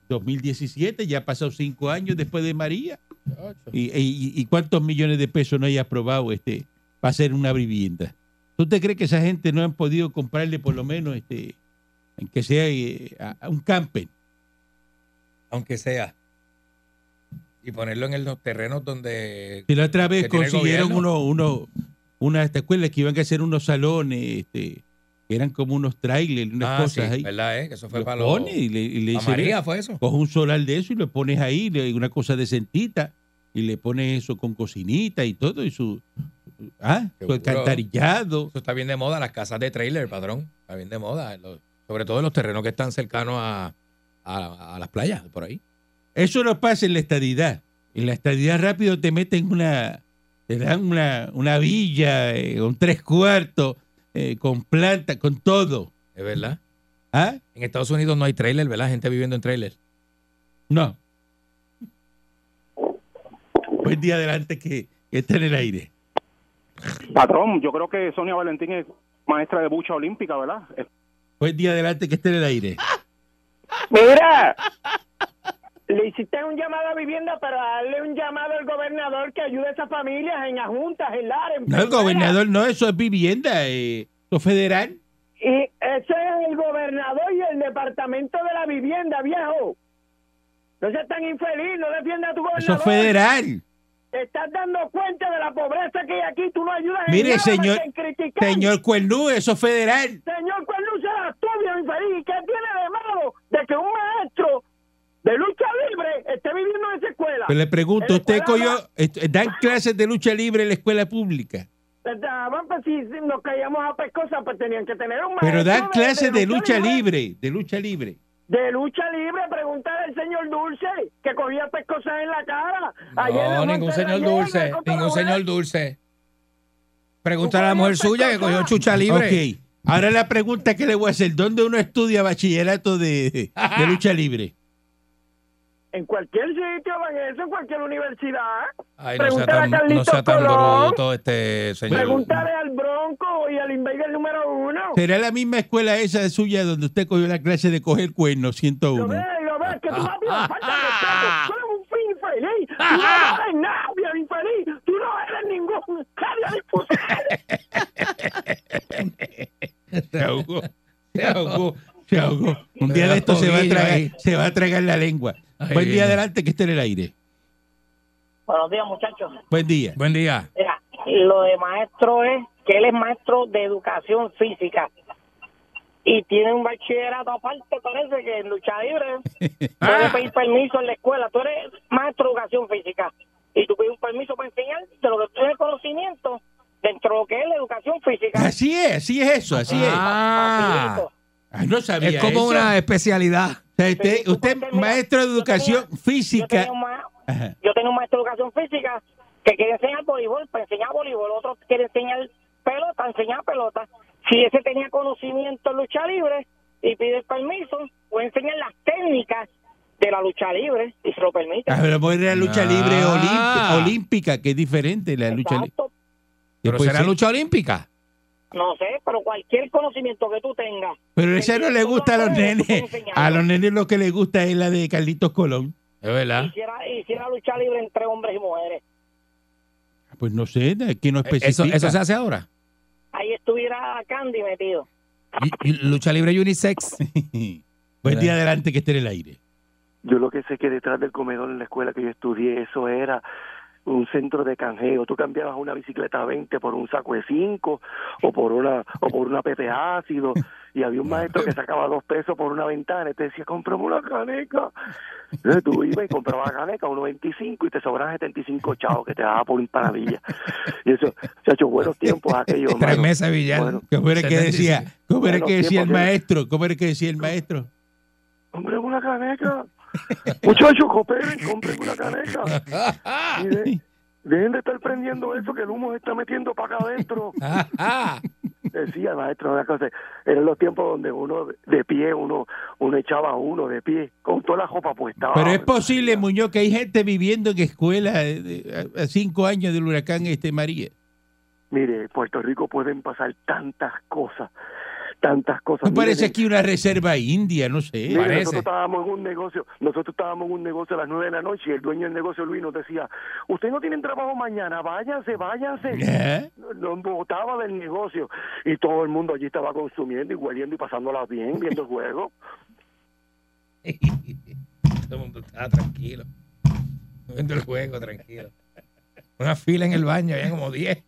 [SPEAKER 3] 2017, ya ha pasado cinco años después de María, y, y- y cuántos millones de pesos no hay aprobado este, para hacer una vivienda. ¿Tú te crees que esa gente no han podido comprarle por lo menos este, en que sea eh, a- a un camping?
[SPEAKER 4] Aunque sea. Y ponerlo en el- los terrenos donde.
[SPEAKER 3] Si la otra vez
[SPEAKER 4] que tiene el
[SPEAKER 3] consiguieron
[SPEAKER 4] gobierno.
[SPEAKER 3] unos, unos, unas estas escuelas que iban a hacer unos salones, este, que eran como unos trailers, unas
[SPEAKER 4] Ah,
[SPEAKER 3] cosas
[SPEAKER 4] sí,
[SPEAKER 3] ahí.
[SPEAKER 4] ¿Verdad, eh? Que eso fue
[SPEAKER 3] Lo
[SPEAKER 4] para los.
[SPEAKER 3] pone y le, y le
[SPEAKER 4] a
[SPEAKER 3] dice,
[SPEAKER 4] María fue eso.
[SPEAKER 3] coge un solar de eso y lo pones ahí, le- una cosa decentita, y le pones eso con cocinita y todo, y su, ah, su
[SPEAKER 4] Seguro.
[SPEAKER 3] alcantarillado.
[SPEAKER 4] Eso está bien de moda, las casas de trailer, padrón. Está bien de moda. Los- sobre todo en los terrenos que están cercanos a, a- a las playas, por ahí.
[SPEAKER 3] Eso no pasa en la estadidad. En la estadidad rápido te meten una, te dan una, una villa eh, con tres cuartos, eh, con planta, con todo.
[SPEAKER 4] Es verdad.
[SPEAKER 3] ¿Ah?
[SPEAKER 4] En Estados Unidos no hay trailer, ¿verdad? Gente viviendo en trailer.
[SPEAKER 3] No. Buen día adelante que, que está en el aire.
[SPEAKER 6] Patrón, yo creo que Sonia Valentín es maestra de bucha olímpica, ¿verdad? Eh,
[SPEAKER 3] Buen día adelante que está en el aire.
[SPEAKER 7] Mira, le hiciste un llamado a vivienda para darle un llamado al gobernador que ayude a esas familias en las juntas, en Lares.
[SPEAKER 3] No, el gobernador no, eso es vivienda, eh, lo federal.
[SPEAKER 7] Y ese es el gobernador y el departamento de la vivienda, viejo. No seas tan infeliz, no defiendas a tu
[SPEAKER 3] Eso
[SPEAKER 7] gobernador.
[SPEAKER 3] es federal.
[SPEAKER 7] Te estás dando cuenta de la pobreza que hay aquí, tú no ayudas en
[SPEAKER 3] Mire,
[SPEAKER 7] nada más
[SPEAKER 3] señor,
[SPEAKER 7] que en criticar.
[SPEAKER 3] señor Cuernú, eso es federal.
[SPEAKER 7] Señor, ¿cuál lucha serás tú, viejo infeliz? ¿Y ¿Qué tiene de malo de que un maestro de lucha libre esté viviendo en esa escuela?
[SPEAKER 3] Pero Pues le pregunto,
[SPEAKER 7] En la
[SPEAKER 3] ¿usted
[SPEAKER 7] escuela
[SPEAKER 3] cogió, est- dan clases de lucha libre en la escuela pública?
[SPEAKER 7] Daban, pues si si nos caíamos a pescosa, pues tenían que tener un
[SPEAKER 3] Pero
[SPEAKER 7] maestro
[SPEAKER 3] dan clases de lucha libre, de lucha libre.
[SPEAKER 7] De lucha libre, preguntar al señor Dulce, que cogía pescosas en la cara. Ayer en la
[SPEAKER 4] No, ningún
[SPEAKER 7] Monte de
[SPEAKER 4] señor
[SPEAKER 7] la
[SPEAKER 4] dulce.
[SPEAKER 7] Hierba,
[SPEAKER 4] Ningún
[SPEAKER 7] contra
[SPEAKER 4] señor
[SPEAKER 7] la-
[SPEAKER 4] dulce. Pregúntale a la
[SPEAKER 7] Ojalá,
[SPEAKER 4] mujer suya que
[SPEAKER 7] pescosa.
[SPEAKER 4] cogió chucha libre.
[SPEAKER 3] Ok, ahora la pregunta que le voy a hacer, ¿dónde uno estudia bachillerato de, de lucha libre?
[SPEAKER 7] En cualquier sitio, van eso, en cualquier universidad.
[SPEAKER 4] Ay, no sea
[SPEAKER 7] Pregúntale
[SPEAKER 4] tan,
[SPEAKER 7] a
[SPEAKER 4] no
[SPEAKER 7] Carlitos
[SPEAKER 4] sea tan
[SPEAKER 7] Colón.
[SPEAKER 4] bruto este señor.
[SPEAKER 7] Preguntarle al Bronco y al Invader número uno.
[SPEAKER 3] ¿Será la misma escuela esa suya donde usted cogió la clase de coger cuerno
[SPEAKER 7] Lo
[SPEAKER 3] 101?
[SPEAKER 7] ves, lo ves, que tú más bien falta de
[SPEAKER 4] Ah.
[SPEAKER 7] respeto. Tú eres un fin infeliz. Tú no eres nada, bien infeliz. Tú no eres ningún radio difusión.
[SPEAKER 3] Se ahogó, se ahogó, se ahogó. Un día de esto se va a
[SPEAKER 4] Ahoguillo ahí.
[SPEAKER 3] tragar, se va a tragar la lengua.
[SPEAKER 4] eh. Ay, eh.
[SPEAKER 3] Buen día
[SPEAKER 4] bien.
[SPEAKER 3] adelante que esté en el aire.
[SPEAKER 8] Buenos días, muchachos.
[SPEAKER 3] Buen día.
[SPEAKER 4] Buen día.
[SPEAKER 8] Mira, lo de maestro es que él es maestro de educación física y tiene un bachillerato aparte, parece que en lucha libre. Puede
[SPEAKER 7] pues,
[SPEAKER 8] pedir permiso en la escuela. Tú eres maestro de educación física y tú pides un permiso para enseñar de lo que tú tienes conocimiento
[SPEAKER 7] dentro de lo que es la educación física.
[SPEAKER 3] Así es, así es eso, así es.
[SPEAKER 4] Ah,
[SPEAKER 7] Facilito.
[SPEAKER 3] Ah, no sabía
[SPEAKER 4] es como
[SPEAKER 3] eso.
[SPEAKER 4] una especialidad.
[SPEAKER 3] O sea, usted,
[SPEAKER 7] Sí,
[SPEAKER 3] Este, usted,
[SPEAKER 7] mira,
[SPEAKER 3] maestro de
[SPEAKER 7] yo
[SPEAKER 3] educación
[SPEAKER 7] tenía- Yo
[SPEAKER 3] física.
[SPEAKER 7] tenía, un ma-
[SPEAKER 3] Ajá.
[SPEAKER 7] yo tenía un maestro de educación física que quiere enseñar voleibol, para enseñar voleibol, otro quiere enseñar pelota, enseñar pelota. Si ese tenía conocimiento en lucha libre y pide el permiso, puede enseñar las técnicas de la lucha libre y se lo permite.
[SPEAKER 3] Ah, pero puede ir a la lucha libre
[SPEAKER 4] Ah.
[SPEAKER 3] olímp- olímpica, que es diferente la lucha libre.
[SPEAKER 7] Exacto.
[SPEAKER 4] Pero
[SPEAKER 3] Después
[SPEAKER 4] será
[SPEAKER 3] sí.
[SPEAKER 4] lucha olímpica.
[SPEAKER 7] No sé, pero cualquier conocimiento que tú tengas.
[SPEAKER 3] Pero esa no le gusta a los
[SPEAKER 7] Tú puedes
[SPEAKER 3] nenes. A
[SPEAKER 7] enseñarlo.
[SPEAKER 3] los nenes lo que les gusta es la de Carlitos Colón.
[SPEAKER 4] Es verdad.
[SPEAKER 7] Hiciera, hiciera lucha libre entre hombres y mujeres.
[SPEAKER 3] Ah, Pues no sé, aquí no
[SPEAKER 4] Eh, Eso,
[SPEAKER 3] especifica.
[SPEAKER 4] eso se hace ahora.
[SPEAKER 7] Ahí estuviera Candy metido.
[SPEAKER 4] Y- y Lucha libre unisex.
[SPEAKER 3] Buen día adelante que esté en el aire.
[SPEAKER 9] Yo lo que sé es que detrás del comedor en la escuela que yo estudié, eso era un centro de canjeo. Tú cambiabas una bicicleta 20 por un saco de 5 o por una o por una pete ácido y había un maestro que sacaba dos pesos por una ventana y te decía, comprame una caneca. Entonces tú ibas y comprabas caneca, 1.25 y te sobraban 75 chavos que te daba por empanadilla. Y eso, chacho, buenos tiempos aquellos.
[SPEAKER 4] Tres
[SPEAKER 9] mano.
[SPEAKER 4] meses Villar.
[SPEAKER 9] Bueno.
[SPEAKER 3] ¿Cómo era que
[SPEAKER 4] 76.
[SPEAKER 3] decía? ¿Cómo era
[SPEAKER 9] Bueno,
[SPEAKER 3] que decía el
[SPEAKER 9] tiempo que- Ah,
[SPEAKER 3] maestro? ¿Cómo era que decía el maestro?
[SPEAKER 9] compren una caneca. Muchachos, cooperen, compren una caneca. Y de- dejen de estar prendiendo eso que el humo se está metiendo para acá adentro.
[SPEAKER 4] Ah,
[SPEAKER 9] Decía el maestro una cosa. Eran los tiempos donde uno de pie, uno uno echaba a uno de pie, con toda la ropa puesta.
[SPEAKER 3] Pero es posible, Muñoz, que hay gente viviendo en escuela eh, de- a a cinco años del huracán este María.
[SPEAKER 9] Mire, en Puerto Rico pueden pasar tantas cosas, tantas cosas.
[SPEAKER 3] No parece
[SPEAKER 9] Miren,
[SPEAKER 3] aquí una reserva india, no sé.
[SPEAKER 9] Mire,
[SPEAKER 4] Parece.
[SPEAKER 9] nosotros estábamos en un negocio, nosotros estábamos en un negocio a las nueve de la noche y el dueño del negocio Luis nos decía, ustedes no tienen trabajo mañana, váyanse, váyanse.
[SPEAKER 3] Ajá.
[SPEAKER 9] Nos botaba del negocio y todo el mundo allí estaba consumiendo y hueliendo y pasándola bien, viendo el juego.
[SPEAKER 4] Todo el mundo estaba tranquilo. Viendo el juego, tranquilo. Una fila en el baño, había como 10.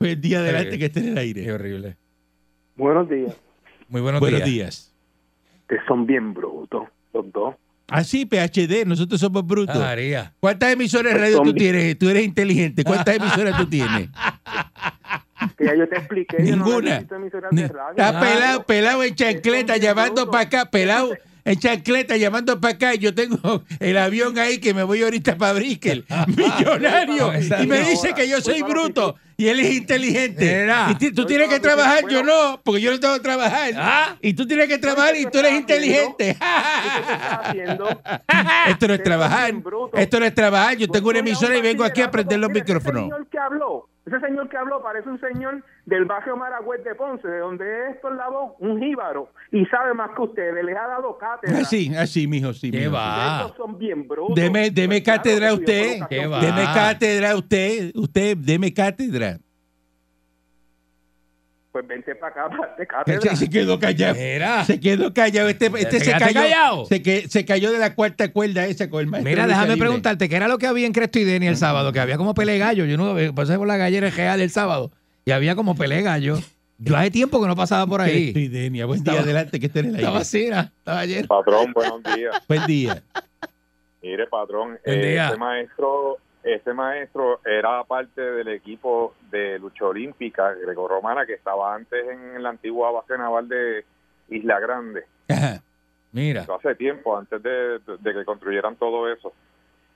[SPEAKER 3] Buen día adelante
[SPEAKER 4] Ok.
[SPEAKER 3] que esté en el
[SPEAKER 4] Qué
[SPEAKER 3] aire.
[SPEAKER 4] horrible.
[SPEAKER 9] Buenos días.
[SPEAKER 4] Muy buenos,
[SPEAKER 3] Buenos
[SPEAKER 4] días.
[SPEAKER 3] días.
[SPEAKER 9] Ustedes son bien brutos, los dos.
[SPEAKER 3] Así, PHD, nosotros somos brutos.
[SPEAKER 4] Ah, María.
[SPEAKER 3] ¿Cuántas emisoras de radio tú tienes? Tú eres inteligente. ¿Cuántas emisoras tú tienes?
[SPEAKER 9] Que ya yo te expliqué.
[SPEAKER 3] Ninguna.
[SPEAKER 9] Ah,
[SPEAKER 3] Ah, Está pelado, pelado en chancleta, llamando para acá, pelado en chancleta, llamando para acá. Yo tengo el avión ahí que me voy ahorita para Brickell, millonario. Y me dice que yo soy bruto y él es inteligente.
[SPEAKER 4] Era.
[SPEAKER 3] Y ti- tú tienes que trabajar, yo no, porque yo no tengo que trabajar. Y tú tienes que trabajar y tú eres inteligente. Esto no es trabajar. Esto no es trabajar. Yo tengo una emisora y vengo aquí a prender los micrófonos.
[SPEAKER 10] señor que habló, ese señor que habló parece un señor del barrio Maragüez de Ponce, de donde es por la voz un jíbaro y sabe más que ustedes, les ha dado cátedra.
[SPEAKER 3] Así, así, mijo, sí.
[SPEAKER 4] ¿Qué
[SPEAKER 3] mijo, sí.
[SPEAKER 4] va?
[SPEAKER 10] Estos son bien brutos.
[SPEAKER 3] Deme, deme
[SPEAKER 10] Pues claro,
[SPEAKER 3] cátedra a
[SPEAKER 10] estudió
[SPEAKER 3] usted.
[SPEAKER 10] colocación
[SPEAKER 4] ¿Qué va?
[SPEAKER 3] Deme cátedra a usted. Usted, deme cátedra.
[SPEAKER 10] Pues vente para acá, para este
[SPEAKER 3] Se,
[SPEAKER 10] cátedra.
[SPEAKER 3] se quedó callado.
[SPEAKER 4] Mira.
[SPEAKER 3] Se quedó callado. Este, este
[SPEAKER 4] Eh. ¿Te
[SPEAKER 3] se
[SPEAKER 4] quedaste
[SPEAKER 3] cayó.
[SPEAKER 4] callado?
[SPEAKER 3] Se, que- se cayó de la cuarta cuerda esa con el maestro.
[SPEAKER 4] Mira,
[SPEAKER 3] Luis
[SPEAKER 4] déjame
[SPEAKER 3] Salibre.
[SPEAKER 4] preguntarte, ¿qué era lo que había en Cresto y Deni el sábado? Que había como pelegallo. Yo no pasé por la gallera real el sábado y había como pelegallo. Yo hace tiempo que no pasaba por
[SPEAKER 3] Cristo
[SPEAKER 4] ahí.
[SPEAKER 3] y Denia. Buen día,
[SPEAKER 4] Estaba-
[SPEAKER 3] adelante, que esté en el aire.
[SPEAKER 4] Estaba así, era, estaba ayer.
[SPEAKER 11] Patrón, buenos días.
[SPEAKER 3] Buen día.
[SPEAKER 11] Mire, patrón,
[SPEAKER 4] Buen
[SPEAKER 11] eh,
[SPEAKER 4] día.
[SPEAKER 11] ese maestro, ese maestro era parte del equipo de lucha olímpica grecorromana que estaba antes en la antigua base naval de Isla Grande.
[SPEAKER 3] Ajá.
[SPEAKER 4] Mira.
[SPEAKER 11] Eso hace tiempo, antes de, de que construyeran todo eso.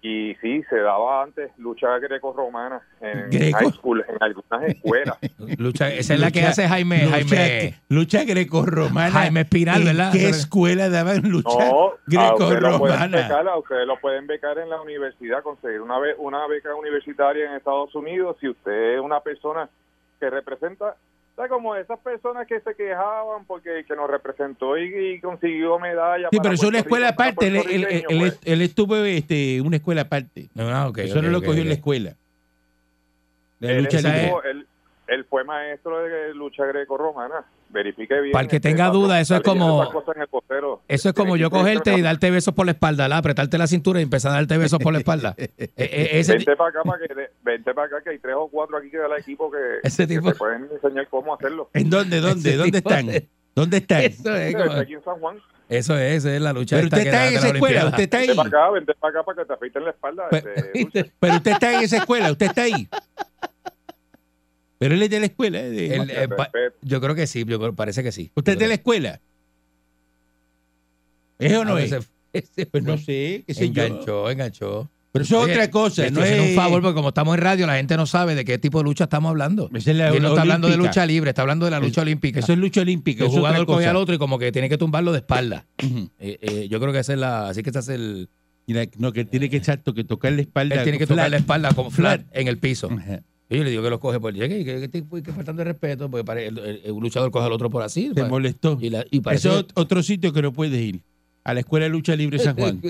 [SPEAKER 11] Y sí, se daba antes lucha grecorromana en
[SPEAKER 3] ¿Greco?
[SPEAKER 11] high school, en algunas escuelas.
[SPEAKER 4] Lucha, esa es la que
[SPEAKER 3] Lucha-
[SPEAKER 4] hace Jaime,
[SPEAKER 3] lucha,
[SPEAKER 4] Jaime.
[SPEAKER 3] Lucha grecorromana.
[SPEAKER 4] Jaime Espiral,
[SPEAKER 3] ¿En
[SPEAKER 4] ¿verdad?
[SPEAKER 3] ¿Qué escuela daban lucha
[SPEAKER 11] No, a ustedes lo pueden
[SPEAKER 3] grecorromana?
[SPEAKER 11] becar, a ustedes lo pueden becar en la universidad, conseguir una, be- una beca universitaria en Estados Unidos si usted es una persona que representa, está como esas personas que se quejaban porque que nos representó y, y consiguió medalla.
[SPEAKER 3] Sí,
[SPEAKER 11] para
[SPEAKER 3] pero es una
[SPEAKER 11] Puerto
[SPEAKER 3] escuela
[SPEAKER 11] Rico, para
[SPEAKER 3] aparte. Él, él- él-
[SPEAKER 11] puertorriqueño,
[SPEAKER 3] él-
[SPEAKER 11] pues.
[SPEAKER 3] él estuvo este, una escuela aparte.
[SPEAKER 4] No, no, ok,
[SPEAKER 3] Eso
[SPEAKER 4] ok,
[SPEAKER 3] no lo
[SPEAKER 4] ok,
[SPEAKER 3] cogió en la
[SPEAKER 4] ok.
[SPEAKER 3] escuela. La
[SPEAKER 11] Él
[SPEAKER 3] lucha
[SPEAKER 11] estuvo-
[SPEAKER 3] libre.
[SPEAKER 11] él- él fue maestro de lucha greco-romana. Verifique bien.
[SPEAKER 4] Para el que
[SPEAKER 11] este,
[SPEAKER 4] tenga
[SPEAKER 11] patrón,
[SPEAKER 4] duda, eso es
[SPEAKER 11] está leyendo
[SPEAKER 4] como-
[SPEAKER 11] esas cosas en el vocero.
[SPEAKER 4] Eso es como
[SPEAKER 11] Tiene
[SPEAKER 4] yo
[SPEAKER 11] que ser-
[SPEAKER 4] cogerte y darte besos por la espalda, ¿la? apretarte la cintura y empezar a darte besos por la espalda.
[SPEAKER 3] Eh,
[SPEAKER 4] E- e- ese, ti-
[SPEAKER 11] Vente para acá, para que, te- vente para acá, que hay tres o cuatro aquí que da el equipo que,
[SPEAKER 4] Ese
[SPEAKER 11] que
[SPEAKER 4] tipo-
[SPEAKER 11] te pueden enseñar cómo hacerlo.
[SPEAKER 3] ¿En dónde? ¿Dónde?
[SPEAKER 4] Ese
[SPEAKER 3] ¿Dónde
[SPEAKER 4] tipo
[SPEAKER 3] están?
[SPEAKER 4] de-
[SPEAKER 3] ¿Dónde están?
[SPEAKER 4] eso es,
[SPEAKER 11] Mira,
[SPEAKER 4] como-
[SPEAKER 11] está aquí en San Juan.
[SPEAKER 4] eso es, esa es la lucha.
[SPEAKER 3] Pero
[SPEAKER 4] esta
[SPEAKER 3] usted
[SPEAKER 4] que
[SPEAKER 3] está
[SPEAKER 4] da
[SPEAKER 3] en
[SPEAKER 4] de
[SPEAKER 3] esa
[SPEAKER 4] la
[SPEAKER 3] escuela, usted está
[SPEAKER 4] Olimpiada.
[SPEAKER 3] ahí.
[SPEAKER 11] Vente para
[SPEAKER 4] Pues,
[SPEAKER 11] acá, vente para acá para que te afeiten la espalda.
[SPEAKER 3] Pe-
[SPEAKER 11] este, Dulce.
[SPEAKER 3] Pero usted está en esa escuela, usted está ahí. Pero él es de la escuela. eh, de-
[SPEAKER 4] El- eh, pa- yo creo que sí, yo creo- parece que sí.
[SPEAKER 3] ¿Usted es de la escuela? ¿Es o no
[SPEAKER 4] Ah,
[SPEAKER 3] es?
[SPEAKER 4] ese- ese
[SPEAKER 3] Pues no
[SPEAKER 4] fue-
[SPEAKER 3] sé, qué sé yo.
[SPEAKER 4] enganchó, enganchó.
[SPEAKER 3] Pero eso es
[SPEAKER 4] Oye,
[SPEAKER 3] otra cosa,
[SPEAKER 4] le
[SPEAKER 3] no
[SPEAKER 4] estoy haciendo
[SPEAKER 3] es-
[SPEAKER 4] un favor, porque como estamos en radio, la gente no sabe de qué tipo de lucha estamos hablando.
[SPEAKER 3] Esa es la
[SPEAKER 4] y él no
[SPEAKER 3] olímpica.
[SPEAKER 4] está hablando de lucha libre, está hablando de la lucha olímpica.
[SPEAKER 3] Eso es lucha olímpica.
[SPEAKER 4] Que un
[SPEAKER 3] eso es otra
[SPEAKER 4] jugador coge
[SPEAKER 3] cosa.
[SPEAKER 4] al otro y como que tiene que tumbarlo de espalda.
[SPEAKER 3] Ujú.
[SPEAKER 4] Eh, eh, yo creo que esa es la. Así que ese es el.
[SPEAKER 3] Mira, no, que él tiene que exacto, que tocar la espalda.
[SPEAKER 4] Él tiene que
[SPEAKER 3] flat.
[SPEAKER 4] tocar la espalda con flat,
[SPEAKER 3] Flat.
[SPEAKER 4] en el piso.
[SPEAKER 3] Ajá.
[SPEAKER 4] Y yo le digo que los coge por. Que, que, que, que- que faltando de respeto, porque pare- el, el- el luchador coge al otro por así.
[SPEAKER 3] Se
[SPEAKER 4] pa-
[SPEAKER 3] molestó.
[SPEAKER 4] y, la- y parece.
[SPEAKER 3] Eso es ot- otro sitio que no puedes ir. A la Escuela de Lucha Libre San Juan.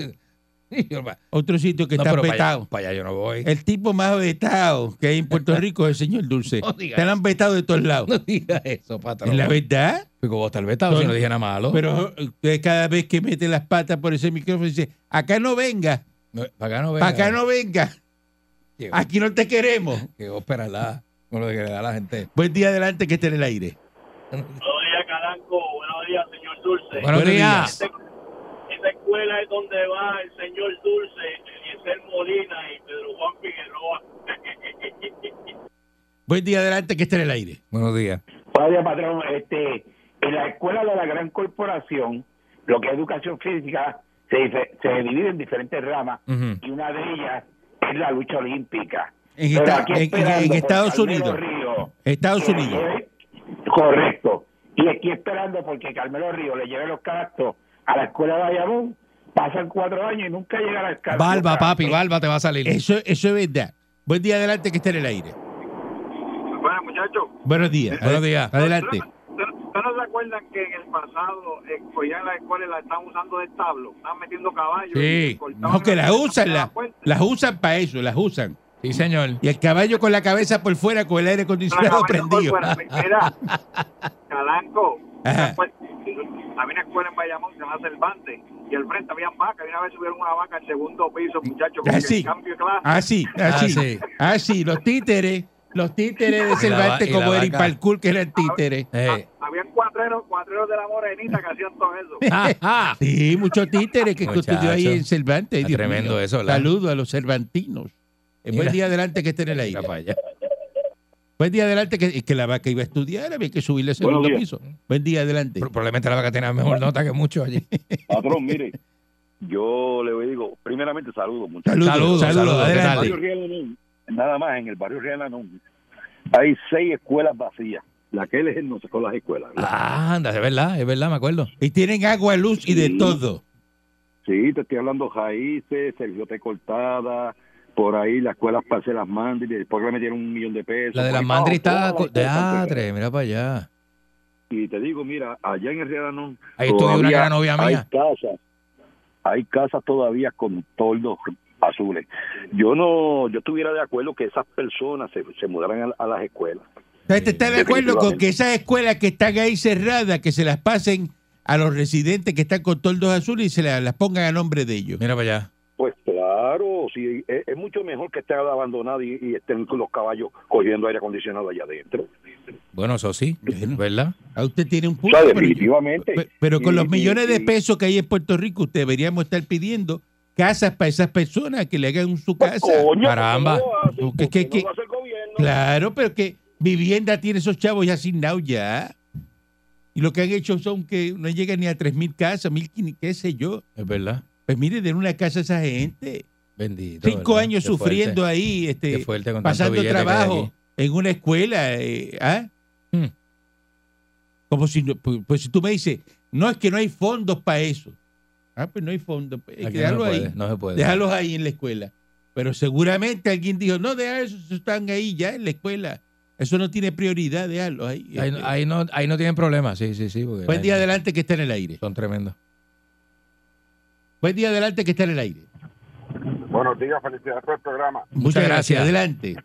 [SPEAKER 4] Y yo, pa-
[SPEAKER 3] Otro sitio que
[SPEAKER 4] no,
[SPEAKER 3] está Eh,
[SPEAKER 4] pero para allá-
[SPEAKER 3] vetado.
[SPEAKER 4] Para allá yo no voy.
[SPEAKER 3] El tipo más vetado que hay en Puerto Rico es el señor Dulce.
[SPEAKER 4] No
[SPEAKER 3] Te
[SPEAKER 4] digas
[SPEAKER 3] lo han vetado de todos lados.
[SPEAKER 4] No digas eso, patrón.
[SPEAKER 3] Es la verdad.
[SPEAKER 4] Porque vos tal vetado,
[SPEAKER 3] No,
[SPEAKER 4] si
[SPEAKER 3] no.
[SPEAKER 4] no dije nada malo.
[SPEAKER 3] Pero usted cada vez que mete las patas por ese micrófono dice, acá no venga,
[SPEAKER 4] No, para acá no venga.
[SPEAKER 3] para acá no venga,
[SPEAKER 4] Llegó,
[SPEAKER 3] aquí no te queremos.
[SPEAKER 4] llegó peralá, con lo que le da a la gente.
[SPEAKER 3] Buen día adelante que esté en el aire.
[SPEAKER 12] Buenos días, Caranco. Buenos días, señor Dulce.
[SPEAKER 4] Buenos días.
[SPEAKER 12] Esa escuela es donde va el señor Dulce, Eliezer Molina y Pedro Juan Figueroa.
[SPEAKER 3] Buen día adelante que esté en el aire.
[SPEAKER 4] Buenos días.
[SPEAKER 13] Buenos días, patrón. Este, en la escuela de la gran corporación, lo que es educación física, se, dife- se divide en diferentes ramas
[SPEAKER 4] Ujú.
[SPEAKER 13] y una de ellas es la lucha olímpica.
[SPEAKER 3] En,
[SPEAKER 13] Pero
[SPEAKER 3] esta-
[SPEAKER 13] aquí
[SPEAKER 3] en- en-
[SPEAKER 13] esperando
[SPEAKER 3] en
[SPEAKER 13] por
[SPEAKER 3] Estados
[SPEAKER 13] Carmelo
[SPEAKER 3] Unidos.
[SPEAKER 13] Río,
[SPEAKER 3] Estados
[SPEAKER 13] que le
[SPEAKER 3] Unidos.
[SPEAKER 13] lleve- correcto. Y aquí esperando porque Carmelo Río le lleve los cactos a la escuela de Bayamón, pasan cuatro años y nunca llega a la escuela.
[SPEAKER 4] Barba, papi, barba te va a salir.
[SPEAKER 3] Eso, eso es verdad. Buen día adelante que esté en el aire.
[SPEAKER 12] Bueno, muchachos,
[SPEAKER 3] Buenos días.
[SPEAKER 4] Buenos días.
[SPEAKER 3] Adelante.
[SPEAKER 12] ¿ustedes no se acuerdan que en el pasado, eh, en Collán, la escuela la estaban usando de establo? Estaban metiendo caballos.
[SPEAKER 3] Sí. No, que las usan, la- las usan para eso, las usan.
[SPEAKER 4] Sí, señor.
[SPEAKER 3] Y el caballo con la cabeza por fuera con el aire acondicionado prendido.
[SPEAKER 12] Mira, Calanco,
[SPEAKER 3] Ajá.
[SPEAKER 12] había una escuela en Bayamón, se llama Cervantes, y al frente había vacas, y una vez subieron una vaca al segundo piso, muchachos, porque
[SPEAKER 3] Así,
[SPEAKER 12] el cambio de clase.
[SPEAKER 3] así, así,
[SPEAKER 4] Ah, sí.
[SPEAKER 3] así. Los títeres, los títeres de
[SPEAKER 4] Y la va-
[SPEAKER 3] Cervantes
[SPEAKER 4] y la
[SPEAKER 3] como Erin
[SPEAKER 4] vaca.
[SPEAKER 3] Parkour que eran títeres.
[SPEAKER 4] Eh.
[SPEAKER 12] Habían cuatreros, cuatreros de la morenita que hacían todo eso.
[SPEAKER 4] Ajá.
[SPEAKER 3] Sí, muchos títeres que
[SPEAKER 4] Muchacho.
[SPEAKER 3] estudió ahí en Cervantes.
[SPEAKER 4] Está
[SPEAKER 3] Dios
[SPEAKER 4] tremendo
[SPEAKER 3] mío.
[SPEAKER 4] eso, ¿verdad?
[SPEAKER 3] Saludo a los cervantinos. Eh, buen
[SPEAKER 4] Mira.
[SPEAKER 3] día adelante que estén en el aire.
[SPEAKER 4] Mira para allá.
[SPEAKER 3] Buen día adelante que, que la vaca iba a estudiar, había que subirle al
[SPEAKER 9] Buenos
[SPEAKER 3] segundo
[SPEAKER 9] días.
[SPEAKER 3] piso. Buen día adelante.
[SPEAKER 4] Pro- Probablemente la vaca tiene la mejor nota que muchos allí.
[SPEAKER 9] Patrón, mire, yo le digo, primeramente saludos, muchachos.
[SPEAKER 3] Saludos, saludos,
[SPEAKER 4] Saludos, saludos, ¿qué
[SPEAKER 9] En
[SPEAKER 3] adelante.
[SPEAKER 9] el barrio Real Anón, nada más en el barrio Real Anón, hay seis escuelas vacías. La que él nos sacó las escuelas. ¿verdad?
[SPEAKER 4] Ah, anda, es verdad, es verdad, me acuerdo.
[SPEAKER 3] Y tienen agua, luz y de
[SPEAKER 9] Sí.
[SPEAKER 3] todo.
[SPEAKER 9] Sí, te estoy hablando Jaíces, Sergio T. Cortada, por ahí la escuela Parcelas Mandri, después que le metieron un millón de pesos.
[SPEAKER 4] La de
[SPEAKER 9] por
[SPEAKER 4] las
[SPEAKER 9] ahí,
[SPEAKER 4] mandris
[SPEAKER 9] todas
[SPEAKER 4] está.
[SPEAKER 9] las
[SPEAKER 4] co- De
[SPEAKER 9] escuelas están
[SPEAKER 4] atre, mira para allá.
[SPEAKER 9] Y te digo, mira, allá en el Real Anón
[SPEAKER 4] Ahí estudió una
[SPEAKER 9] Todavía
[SPEAKER 4] gran novia mía.
[SPEAKER 9] Hay casas, hay casas todavía con toldos azules. Yo no, yo estuviera de acuerdo que esas personas se, se mudaran a, a las escuelas.
[SPEAKER 3] ¿Usted está de acuerdo con
[SPEAKER 9] definitivamente.
[SPEAKER 3] que esas escuelas que están ahí cerradas, que se las pasen a los residentes que están con toldos azules y se la- las pongan a nombre de ellos?
[SPEAKER 4] Mira para allá.
[SPEAKER 9] Pues claro, sí, e, es, es mucho mejor que estén abandonadas y, y estén con los caballos cogiendo aire acondicionado allá adentro.
[SPEAKER 4] Bueno, eso sí,
[SPEAKER 3] Bueno.
[SPEAKER 4] ¿verdad?
[SPEAKER 3] A Ah, usted tiene un
[SPEAKER 9] O
[SPEAKER 3] punto.
[SPEAKER 9] sea,
[SPEAKER 3] pero yo-
[SPEAKER 9] definitivamente.
[SPEAKER 3] Pe- Pero con
[SPEAKER 9] Y-
[SPEAKER 3] los millones
[SPEAKER 9] y-
[SPEAKER 3] de
[SPEAKER 9] y-
[SPEAKER 3] pesos que hay en Puerto Rico, usted deberíamos estar pidiendo casas para esas personas que le hagan un- su casa.
[SPEAKER 9] Pues, Coño,
[SPEAKER 4] Caramba.
[SPEAKER 9] ¿cómo lo hacen?
[SPEAKER 3] No, que-
[SPEAKER 9] ¿Por qué
[SPEAKER 3] que-
[SPEAKER 9] no lo hace el gobierno?
[SPEAKER 3] Claro, pero que vivienda tiene esos chavos ya asignados ya. Y lo que han hecho son que no llegan ni a 3.000 casas, 1.500, qué sé yo.
[SPEAKER 4] Es verdad.
[SPEAKER 3] Pues mire, den una casa a esa gente.
[SPEAKER 4] Bendito.
[SPEAKER 3] Cinco
[SPEAKER 4] ¿verdad?
[SPEAKER 3] años
[SPEAKER 4] Qué
[SPEAKER 3] sufriendo
[SPEAKER 4] fuerte,
[SPEAKER 3] ahí,
[SPEAKER 4] qué
[SPEAKER 3] este,
[SPEAKER 4] fuerte con tanto
[SPEAKER 3] pasando
[SPEAKER 4] billete que hay
[SPEAKER 3] trabajo Eh,
[SPEAKER 4] aquí.
[SPEAKER 3] en una escuela. eh, ¿ah?
[SPEAKER 4] Hmm.
[SPEAKER 3] Como si, no- pues, pues si tú me dices, no es que no hay fondos para eso. Ah, pues no hay fondos. pues, hay
[SPEAKER 4] Aquí
[SPEAKER 3] que
[SPEAKER 4] no se
[SPEAKER 3] dejarlo ahí.
[SPEAKER 4] puede, No se puede.
[SPEAKER 3] Déjalos ahí en la escuela. Pero seguramente alguien dijo, no, deja eso, eso están ahí ya en la escuela. Eso no tiene prioridad, déjalos ahí.
[SPEAKER 4] Ahí,
[SPEAKER 3] Este,
[SPEAKER 4] no- ahí no, ahí no tienen problemas, sí, sí, sí. porque
[SPEAKER 3] Buen día
[SPEAKER 4] ahí
[SPEAKER 3] adelante que está en el aire.
[SPEAKER 4] Son tremendos.
[SPEAKER 3] Buen día adelante que está en el aire.
[SPEAKER 9] Buenos días, felicidades por el programa.
[SPEAKER 3] Muchas, gracias.
[SPEAKER 4] gracias.
[SPEAKER 3] Adelante.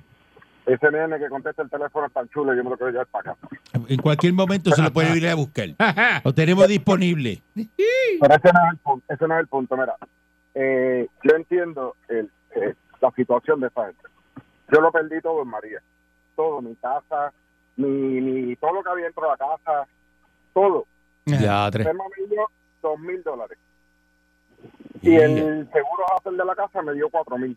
[SPEAKER 9] Ese nene que contesta el teléfono es tan chulo, yo me lo quiero llevar para acá.
[SPEAKER 3] En cualquier momento se lo puede ir a buscar. Lo tenemos disponible.
[SPEAKER 9] Pero ese no es el punto, ese no es el punto mira. Eh, yo entiendo el, eh, la situación de esa gente. Yo lo perdí todo en María. Todo, mi casa, mi, mi- todo lo que había dentro de la casa, todo.
[SPEAKER 3] Eh. Ah.
[SPEAKER 4] Ya, tres.
[SPEAKER 9] Usted me dio dos mil dólares. Y el seguro hacer de la casa me dio cuatro mil.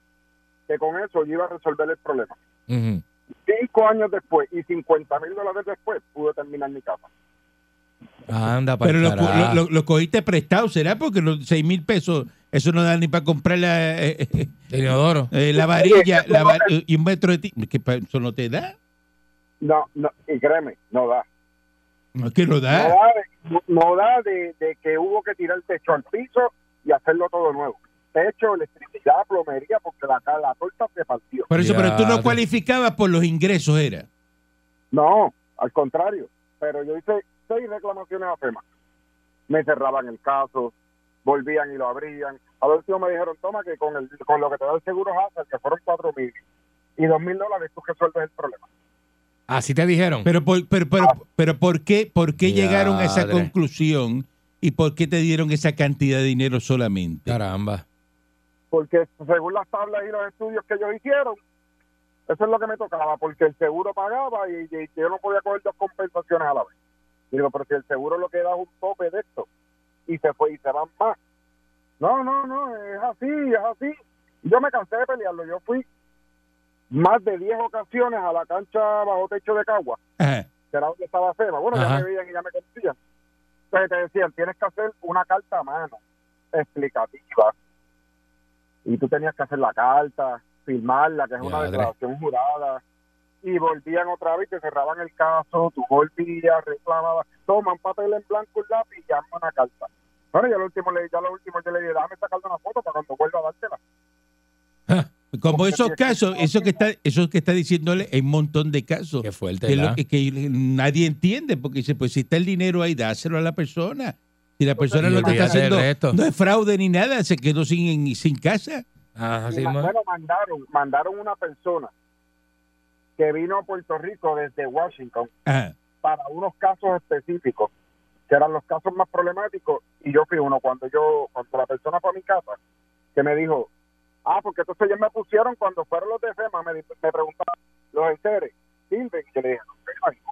[SPEAKER 9] Que con eso yo iba a resolver el problema. cinco años después y 50 mil dólares después pude terminar mi casa.
[SPEAKER 4] Anda,
[SPEAKER 3] Pero lo, co-
[SPEAKER 4] carajo.
[SPEAKER 3] lo- lo- lo cogiste prestado, ¿será? Porque los seis mil pesos, eso no da ni para comprar la, eh, eh,
[SPEAKER 4] El inodoro.
[SPEAKER 3] eh, la varilla la va- y un metro de ti. que pa- Eso no te da.
[SPEAKER 9] No, no, y créeme, no da.
[SPEAKER 3] No es que no
[SPEAKER 9] No
[SPEAKER 3] da.
[SPEAKER 9] da, de, no da de, de que hubo que tirar el techo al piso y hacerlo todo nuevo. Techo, electricidad, plomería, porque la, la torta se partió.
[SPEAKER 3] Por eso, pero tú no
[SPEAKER 9] Ya.
[SPEAKER 3] cualificabas por los ingresos, era.
[SPEAKER 9] No, al contrario. Pero yo hice seis reclamaciones a FEMA. Me cerraban el caso, volvían y lo abrían. A ver si me dijeron, toma, que con, el, con lo que te da el seguro Hazard, que fueron cuatro mil y dos mil dólares, tú resuelves el problema.
[SPEAKER 4] Así te dijeron.
[SPEAKER 3] Pero, por- pero, pero, pero ¿por qué, por qué llegaron a esa
[SPEAKER 4] Diadre.
[SPEAKER 3] conclusión y por qué te dieron esa cantidad de dinero solamente?
[SPEAKER 4] Caramba.
[SPEAKER 9] Porque según las tablas y los estudios que ellos hicieron, eso es lo que me tocaba, porque el seguro pagaba y, y yo no podía coger dos compensaciones a la vez. Y digo, pero si el seguro lo que da es un tope de esto, y se fue y se van más. No, no, no, es así, es así. Y Yo me cansé de pelearlo, yo fui más de 10 ocasiones a la cancha bajo techo de Cagua,
[SPEAKER 3] Ajá.
[SPEAKER 9] que era donde estaba FEMA. Bueno,
[SPEAKER 3] Ajá.
[SPEAKER 9] ya me veían y ya me conocían. Entonces te decían, tienes que hacer una carta a mano, explicativa. Y tú tenías que hacer la carta, firmarla, que es una
[SPEAKER 14] Diadre.
[SPEAKER 9] declaración jurada. Y volvían otra vez, te cerraban el caso, tú volvías, reclamabas, toma un papel en blanco, un lápiz y llama una carta. Bueno, ya lo último le, ya lo último yo le dije, dame sacarle una foto para cuando vuelva a dártela.
[SPEAKER 3] Como esos casos, eso que está, eso que está diciéndole, hay un montón de casos. que, lo-
[SPEAKER 4] Este, ¿verdad?
[SPEAKER 3] que- que nadie entiende, porque dice, pues si está el dinero ahí, dáselo a la persona. Si la persona
[SPEAKER 4] Y
[SPEAKER 3] lo que está
[SPEAKER 4] olvídate del
[SPEAKER 3] haciendo
[SPEAKER 4] resto.
[SPEAKER 3] no es fraude ni nada, se quedó sin, sin casa.
[SPEAKER 4] Ajá,
[SPEAKER 9] Y ma- bueno, mandaron, mandaron una persona que vino a Puerto Rico desde Washington
[SPEAKER 3] Ajá.
[SPEAKER 9] para unos casos específicos, que eran los casos más problemáticos, y yo fui uno cuando yo, cuando la persona fue a mi casa, que me dijo, ah, porque entonces ellos me pusieron cuando fueron los de FEMA, me, di- me preguntaron, los enteres, sirven, y yo le dije, "No, no hay lucro".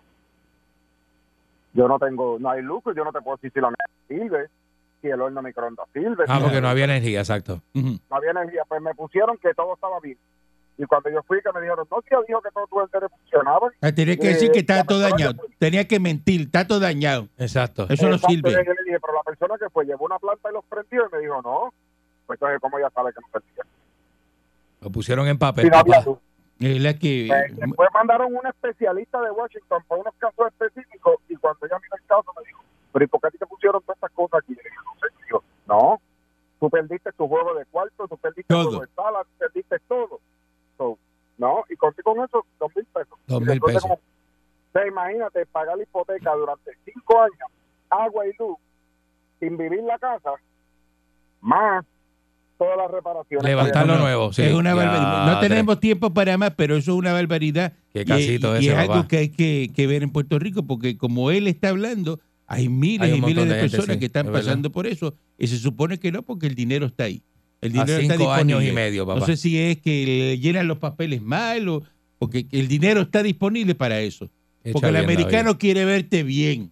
[SPEAKER 9] yo no tengo, no hay lucro, yo no te puedo decir si la nevera sirve, si el horno microondas sirve.
[SPEAKER 4] Ah,
[SPEAKER 9] si-
[SPEAKER 4] porque no había energía, exacto.
[SPEAKER 9] no había energía, pues me pusieron que todo estaba bien. Y cuando yo fui, que me dijeron, no, tío, dijo que todo tu entero funcionaba.
[SPEAKER 3] Ah, Tenía que
[SPEAKER 9] Eh,
[SPEAKER 3] decir que
[SPEAKER 9] la
[SPEAKER 3] está todo
[SPEAKER 9] persona que
[SPEAKER 3] dañado. Tenía que mentir, está todo dañado.
[SPEAKER 4] Exacto.
[SPEAKER 3] Eso no
[SPEAKER 9] Exacto,
[SPEAKER 3] sirve.
[SPEAKER 9] Yo le dije, pero la persona que fue llevó una planta y los prendió y me dijo, no. Pues entonces, ¿cómo ya sabe que no prendía?
[SPEAKER 4] Lo pusieron en
[SPEAKER 3] Pues,
[SPEAKER 4] papel.
[SPEAKER 9] Sí, no había
[SPEAKER 4] papá.
[SPEAKER 9] luz.
[SPEAKER 3] Es la que.
[SPEAKER 9] Eh, después mandaron un especialista de Washington para unos casos específicos y cuando ella miró el caso me dijo, pero ¿y por qué a ti te pusieron todas estas cosas aquí? Y le dije, no sé, tío. No, tú perdiste tu juego de cuarto, tú perdiste tu
[SPEAKER 4] Todo.
[SPEAKER 9] juego de sala, tú perdiste todo. So, no, y conté con eso dos mil pesos.
[SPEAKER 4] Dos
[SPEAKER 9] Y
[SPEAKER 4] mil
[SPEAKER 9] entonces,
[SPEAKER 4] pesos.
[SPEAKER 9] como- te imagínate pagar la hipoteca durante cinco años, agua y luz, sin vivir la casa, más todas las reparaciones.
[SPEAKER 4] Levantarlo nuevo, sí.
[SPEAKER 3] Es una
[SPEAKER 4] Ya,
[SPEAKER 3] barbaridad. No
[SPEAKER 4] tres.
[SPEAKER 3] tenemos tiempo para más, pero eso es una barbaridad.
[SPEAKER 4] Qué
[SPEAKER 3] Y-
[SPEAKER 4] casito
[SPEAKER 3] y, y
[SPEAKER 4] ese,
[SPEAKER 3] es algo
[SPEAKER 4] papá.
[SPEAKER 3] que hay que, que ver en Puerto Rico, porque como él está hablando, hay miles
[SPEAKER 4] Hay un
[SPEAKER 3] y miles
[SPEAKER 4] montón
[SPEAKER 3] de,
[SPEAKER 4] de gente,
[SPEAKER 3] personas
[SPEAKER 4] sí,
[SPEAKER 3] que están
[SPEAKER 4] es verdad.
[SPEAKER 3] pasando por eso. Y se supone que no, porque el dinero está ahí. El
[SPEAKER 4] A
[SPEAKER 3] dinero está
[SPEAKER 4] cinco
[SPEAKER 3] disponible.
[SPEAKER 4] años y medio, papá.
[SPEAKER 3] No sé si es que le llenan los papeles mal o porque el dinero está disponible para eso.
[SPEAKER 4] Echa
[SPEAKER 3] porque el
[SPEAKER 4] bien la vida.
[SPEAKER 3] americano quiere verte bien.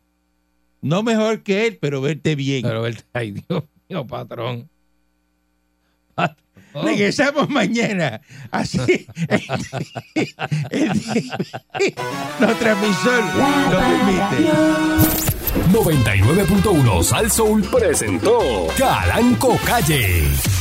[SPEAKER 3] No mejor que él, pero verte bien.
[SPEAKER 4] Pero él, ay, Dios mío, patrón.
[SPEAKER 3] Oh. Regresamos mañana. Así. el- el- Nuestro transmisor lo permite.
[SPEAKER 1] 99.1 Sal Soul presentó Calanco Calle.